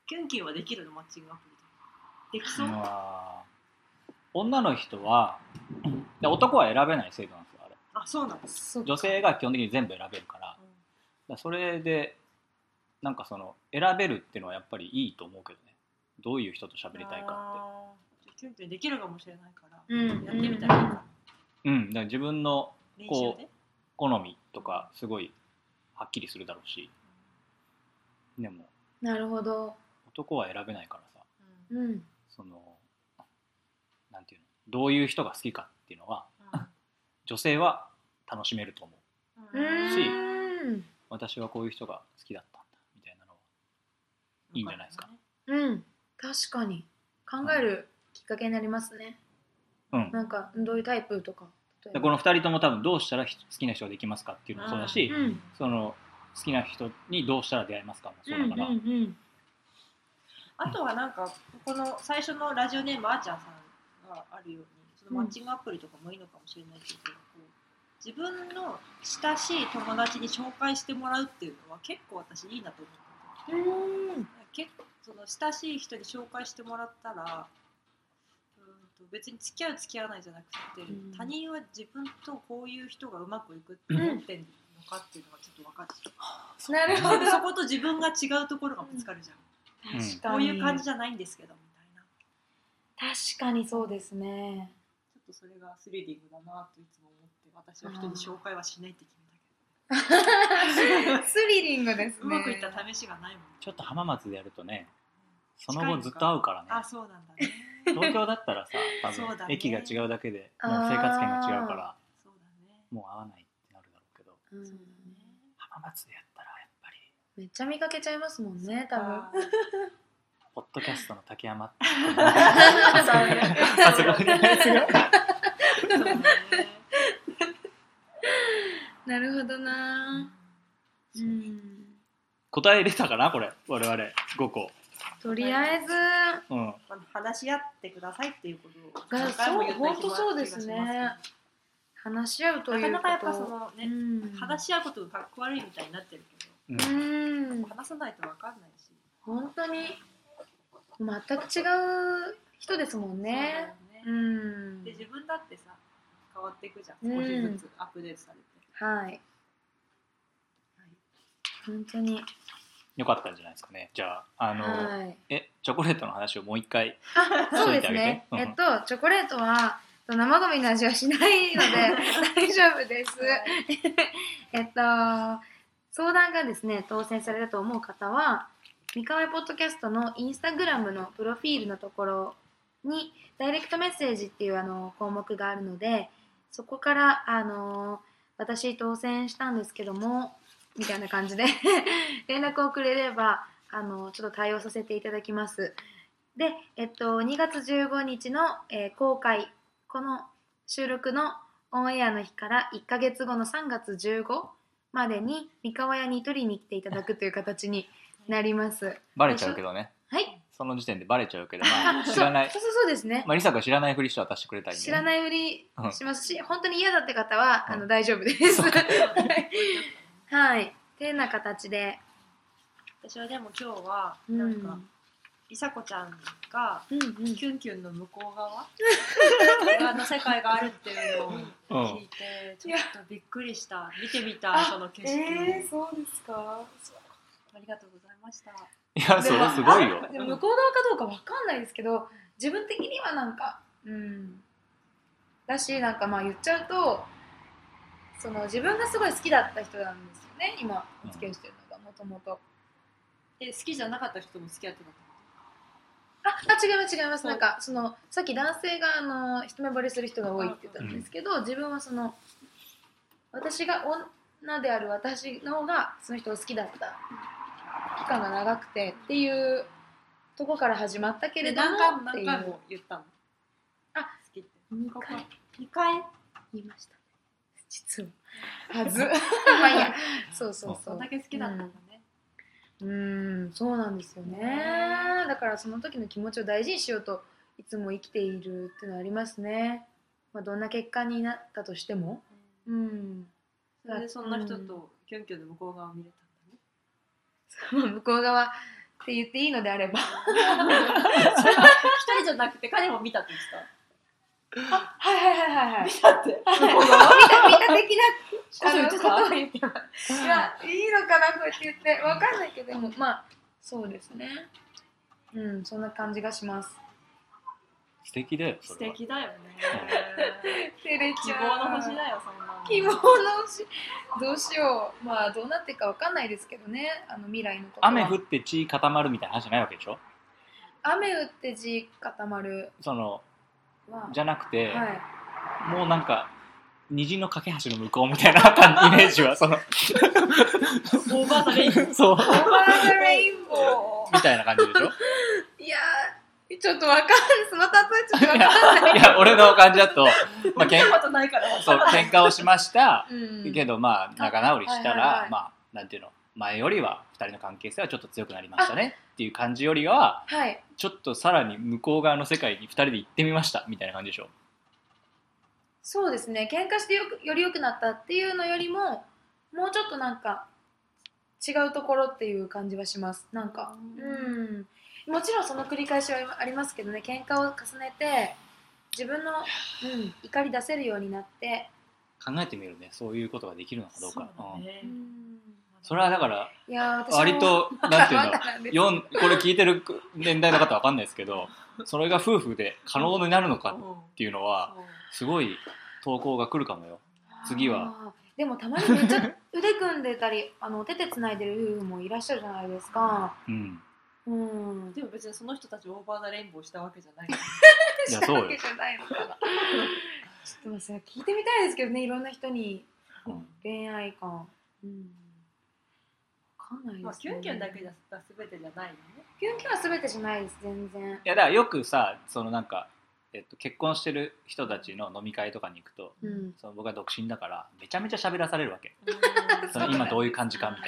S3: キュンキュンはできるのマッチングアプリとかでき
S2: う
S3: そう、
S2: わー女の人はで男は選べない制度なんですよあれ
S3: あそうなんです、
S1: そう
S2: 女性が基本的に全部選べるからだからそれでなんかその選べるっていうのはやっぱりいいと思うけどねどういう人と喋りたいかっ
S3: あーキュンキュンできるかもしれないから、
S1: うん
S3: やってみたらいいか
S2: てうんだから自分の
S3: 練
S2: こう
S3: 習で
S2: 好みとかすごいはっきりするだろうしでも
S1: なるほど
S2: 男は選べないからさ
S3: うん
S1: うん
S2: そのなんていうのどういう人が好きかっていうのは女性は楽しめると思う
S1: うーん
S2: 私はこういう人が好きだったんだみたいなのはいいいんじゃないですか
S1: うん確かに考えるきっかけになりますね
S2: うん
S1: なんかどういうタイプとか例
S2: でこの2人とも多分どうしたらひ好きな人ができますかっていうのもそうだし、
S1: うん
S2: その好きな人にどうしたら出会えますかもそう
S1: う
S2: だ
S1: ん
S2: から、
S1: うんうん
S3: あとはなんかここの最初のラジオネームあーちゃんさんがあるようにそのマッチングアプリとかもいいのかもしれないけど、こう自分の親しい友達に紹介してもらうっていうのは結構私いいなと思ってて
S1: うん
S3: 結構その親しい人に紹介してもらったらうーんと別に付き合う付き合わないじゃなくて、
S1: うん
S3: 他人は自分とこういう人がうまくいくって思ってんのかっていうのがちょっと分かってきた
S1: なるほど
S3: でそこと自分が違うところがぶつかるじゃ
S2: う
S3: ん、
S2: ん
S3: こういう感じ
S1: 確
S3: じゃないんですけどみたいな
S1: かにそうです ね
S3: ちょっとそれがスリリングだなといつも思って私は人に紹介はしないって決めたけ
S1: スリリングですね
S3: ど、うまくいった試しがないもん、
S2: ちょっと浜松でやるとねその後ずっと会うからね
S3: あそうなんだね
S2: 東京だったらさ多
S3: そう
S2: 分
S3: だね
S2: 駅が違うだけでもう生活圏が違うから
S3: そうだね
S2: もう会わないってなるだろうけど
S1: う
S3: そうだね
S1: ん
S2: 浜松でやったらやっぱり
S1: めっちゃ見かけちゃいますもんね多分
S3: あー
S2: ポッドキャストの竹山って
S3: そうね
S2: あそこに
S3: そうだね
S1: なるほどな
S2: う
S1: うんん
S2: 答え出たかなこれ我々5個
S1: とりあえず
S2: うん
S3: まあ話し合ってくださいっていうことを
S1: が
S3: 何回も言った
S1: そう本当そうですね
S3: 気がしま
S1: 話し合う
S3: け
S1: と
S3: ど
S1: いうこと
S3: なかなかやっぱそのね、
S1: うん
S3: 話し合うことがかっこ悪いみたいになってるけど
S2: うん
S1: うん
S3: 話さないと分かんないし
S1: 本当に全く違う人ですもんね。
S3: そうだよね
S1: うん
S3: で自分だってさ変わっていくじゃん
S1: うん
S3: 少しずつアップデートされて、
S1: はい。本当に。
S2: よかったんじゃないですかねじゃああの、
S1: はい。
S2: えチョコレートの話をもう一回
S1: あ、そうですね。
S2: そう
S1: え
S2: 言
S1: っ
S2: って
S1: とチョコレートは生ゴミの味はしないので 大丈夫 です。 えっと相談がですね当選されたと思う方は三河ポッドキャストのインスタグラムのプロフィールのところにダイレクトメッセージっていうあの項目があるのでそこからあの私当選したんですけどもみたいな感じで 連絡をくれればあのちょっと対応させていただきますで、えっと、2月15日の、えー公開この収録のオンエアの日から1ヶ月後の3月15までに三河屋に取りに来ていただくという形になります。
S2: バレちゃうけどね
S1: はい。
S2: その時点でバレちゃうけど、まあ、知らない
S1: そうそうそうですね。
S2: まあ、リサが知らないふりして渡してくれたいんで、
S1: 知らないいふりしますし、本当に嫌だって方は、
S2: うん
S1: あの大丈夫です。
S2: そう
S1: はい。はい。てな形で、
S3: 私はでも今日は
S1: うん、
S3: な
S1: うんん
S3: か、りさこちゃんが
S1: うん、
S3: キュンキュンの向こ う側側の世界があるっていうのを聞いて、
S1: うん
S3: ちょっとびっくりした見てみ
S1: あ
S3: たその景色、
S1: そうですか。
S3: ありがとうございました
S2: やそれすごいよ
S1: でも向こう側かどうかわかんないですけど、自分的にはなんか、うん。だし、なんかまあ言っちゃうと、その自分がすごい好きだった人なんですよね今お付き合いしてるのがもともと
S3: え好きじゃなかった人も付き合ってた
S1: ああ違います違います
S3: は
S1: な
S3: い
S1: んかそのさっき男性があの一目惚れする人が多いって言ったんですけど、自分はその私が女である私の方がその人を好きだった期間が長くてっていうとこから始まったけれ
S3: で
S1: ど
S3: 何回も
S1: もってい
S3: 何
S1: う
S3: 回も言ったの
S1: あ
S3: 好きって
S1: 2
S3: ここ
S1: 回
S3: 2回
S1: 言いましたね実ははずまあ いいやそうそうそ
S3: そん
S1: う
S3: だけ好きだったんだね、
S1: うーんそうなんですよねだからその時の気持ちを大事にしようといつも生きているっていうのはありますね、まあ、どんな結果になったとしてもうん
S3: それでそんな人
S1: うん
S3: とキュンキュンの向こう側を見れ た
S1: まあ向こう側って言っていいのであれば
S3: んだねそれは一人じゃなくて彼も見たって
S1: はいはいはいはいはい
S3: 言ってただって
S1: 見た見た的
S3: こそ言って
S1: な
S3: た
S1: あのことを言ってますいやいいのかなこうやって言ってわかんないけどでもまあそうですねうんそんな感じがします
S2: 素敵だよそ
S3: 素
S2: れは
S3: 敵だよね
S1: 照れ
S3: 希
S1: ちゃ
S3: 望
S1: う
S3: の星だよそんなの
S1: 希望のしどうしようまあどうなっていくかわかんないですけどねあの未来のことは
S2: 雨降って地固まるみたいな話じゃないわけでしょ
S1: 雨降って地固まる
S2: その
S1: は
S2: じゃなくて、
S1: はい
S2: もうなんか虹の架け橋の向こうみたいな感じイメージはそ の
S3: オーバーザレイン
S2: そう
S1: オーバーザレインボ
S2: みたいな感じでしょ
S1: ーいやーちょっとわかんないその例えちょっとわ かんない
S2: いや俺の感じだ と、まあ、
S3: 見
S2: けん
S3: たことないから
S2: そう喧嘩をしました
S1: うん
S2: けどまあ仲直りしたら、
S1: はいはいはい
S2: まあなんていうの前よりは2人の関係性はちょっと強くなりましたねっていう感じよりは
S1: はい
S2: ちょっとさらに向こう側の世界に2人で行ってみましたみたいな感じでしょ
S1: そうですね喧嘩してよくより良くなったっていうのよりももうちょっとなんか違うところっていう感じはしますなんかうんもちろんその繰り返しはありますけどね喧嘩を重ねて自分の、うん、怒り出せるようになって
S2: 考えてみるねそういうことができるのかどうかそ,、うん、
S3: ね
S1: うん
S2: それはだから
S1: いやー私も
S2: 割となんていうの
S1: まだなんです
S2: よんこれ聞いてる年代の方は分かんないですけどそれが夫婦で可能になるのかっていうのはすごい投稿が来るかもよ次
S1: あ
S2: は
S1: ーでもたまにめっちゃ腕組んでたりあのお手手つないでる夫婦もいらっしゃるじゃないですか
S2: うん
S1: うん
S3: でも別にその人たちオーバーザレインボーしたわけじゃ ない
S2: いや
S1: した
S2: そう
S1: わ
S2: よ
S1: けじゃないのかな。ちょっとまあそれ聞いてみたいですけどね、いろんな人に
S2: うん
S1: 恋愛観。うん。わかんないです、ね。
S3: まあキュンキュンだけじゃ全てじゃないよね
S1: キュンキュンは全てじゃないです、全然。
S2: いやだからよくさそのなんか、えっと、結婚してる人たちの飲み会とかに行くと
S1: うん。
S2: その僕は独身だからめちゃめちゃ喋らされるわけ
S1: そう
S2: その
S1: だね
S2: 今どういう感じかみたい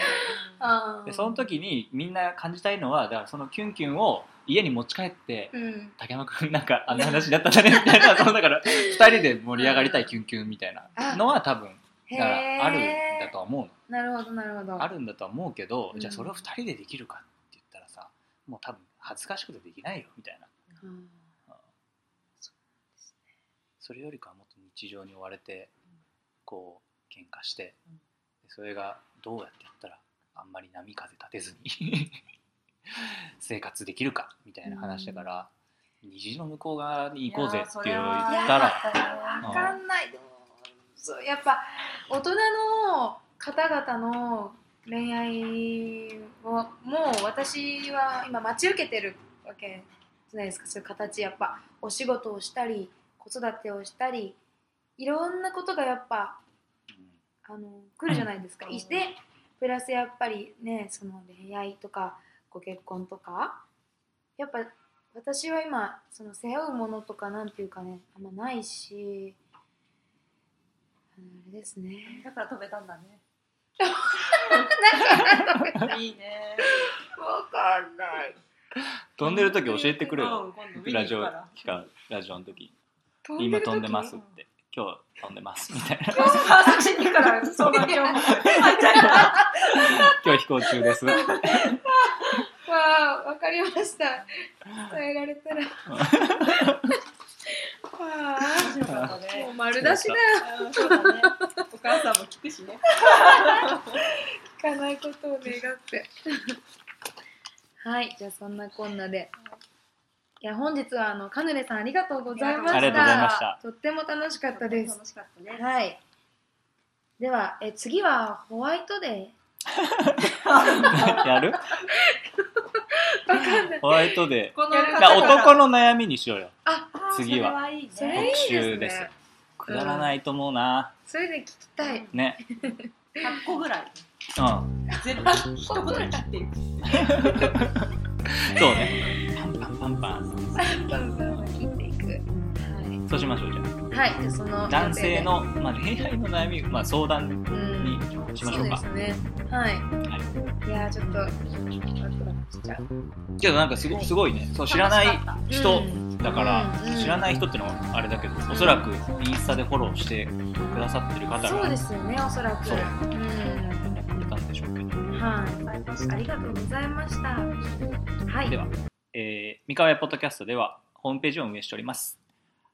S3: な
S1: あ
S2: な
S1: ー
S2: でその。時にみんな感じたいのはだからそのキュンキュンを家に持ち帰って
S1: うん。
S2: 竹山君なんかあんな話だったねみ たいなそのだから2人で盛り上がりたいキュンキュンみたいなのは多分
S1: へ
S2: だからあるんだ
S1: え。
S2: とは思うの
S1: なるほど、なるほど。
S2: あるんだとは思うけど、
S1: うん
S2: じゃあそれを2人でできるかって言ったらさもう多分恥ずかしくてできないよみたいな
S1: うん
S2: それよりかはもっと日常に追われて
S3: うん
S2: こう喧嘩して
S3: うん
S2: でそれがどうやってやったらあんまり波風立てず に生活できるかみたいな話だから、虹の向こう側に行こうぜっていうのを言
S3: い
S1: や
S2: ったら
S1: ーわかんないでもそうやっぱ大人の方々の恋愛をもう私は今待ち受けてるわけじゃないですかそういう形やっぱお仕事をしたり子育てをしたりいろんなことがやっぱあの来るじゃないですか。
S3: うん
S1: いでプラスやっぱりねその恋愛とかご結婚とかやっぱ私は今その背負うものとかなんていうかねあんまないしあのあれですね。
S3: だから飛べたんだね
S1: なんかわ
S3: いいね
S1: かんない。
S2: 飛んでる時教えてくれよ、
S3: うん
S2: ラジオ期間ラジオの時
S1: 飛んで
S2: 今
S1: る時
S2: 飛んでますって今日飛んでますみたいな
S3: 今度川崎に行くからそんな情報入っちゃいな
S2: 今日飛行 中ですって
S1: わあわかりました。伝えられた ら。わあ
S3: 面白かった
S1: もう
S3: ね
S1: 丸出しだよ。
S3: うんそうだねお母さんも聞くしね
S1: 聞かないことを願って。はい、じゃあそんなこんなで。いや、本日はあのカヌレさんありがとうございました。
S2: ありがとうございました
S1: とっても楽しかったです。
S3: 楽しかったね
S1: はい。ではえ次はホワイトデ
S2: やる
S1: ーわかんない
S2: ホワイトデ
S3: この
S1: やる
S2: ー
S1: だ
S2: だ
S1: から
S2: 男の悩みにしようよ
S1: あ
S3: あー
S2: 次は
S3: それはいいね
S1: それいいです
S2: 特集
S1: ね
S2: ですくだらないと思うな
S1: それで聞きたい
S2: ね
S3: 100個ぐら い
S2: うん
S3: 全部一言で切っていく
S2: そうねパンパンパンパン
S1: 聞いていくは
S2: そうしましょうじゃ
S1: い、はい、じゃあその
S2: あ男性の、まあ、恋愛の悩み、まあ、相談
S1: 予定でうん
S2: にしましょうか
S1: そうですねはいいやーちょっとワクワクしちゃう
S2: けどなんかすご
S1: はい
S2: すごいねそう知らない
S3: 楽しかった
S2: 人
S1: うん
S2: だから、
S1: うんうん
S2: 知らない人ってのはあれだけど、おそらくインスタでフォローしてくださってる方が
S1: そう
S2: や
S1: ですよねおそらく
S2: そう
S1: うん
S2: ってたんでしょうけど、
S1: はい、ありがとうございました。はい、
S2: では、えー三河屋ポッドキャストではホームページを運営しております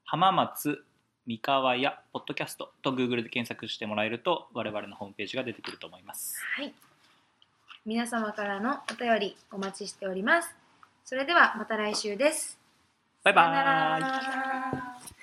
S2: 浜松三河屋ポッドキャストと Google で検索してもらえると我々のホームページが出てくると思います
S1: はい、皆様からのお便りお待ちしております。それではまた来週です。
S2: バイバーイ
S1: さよなら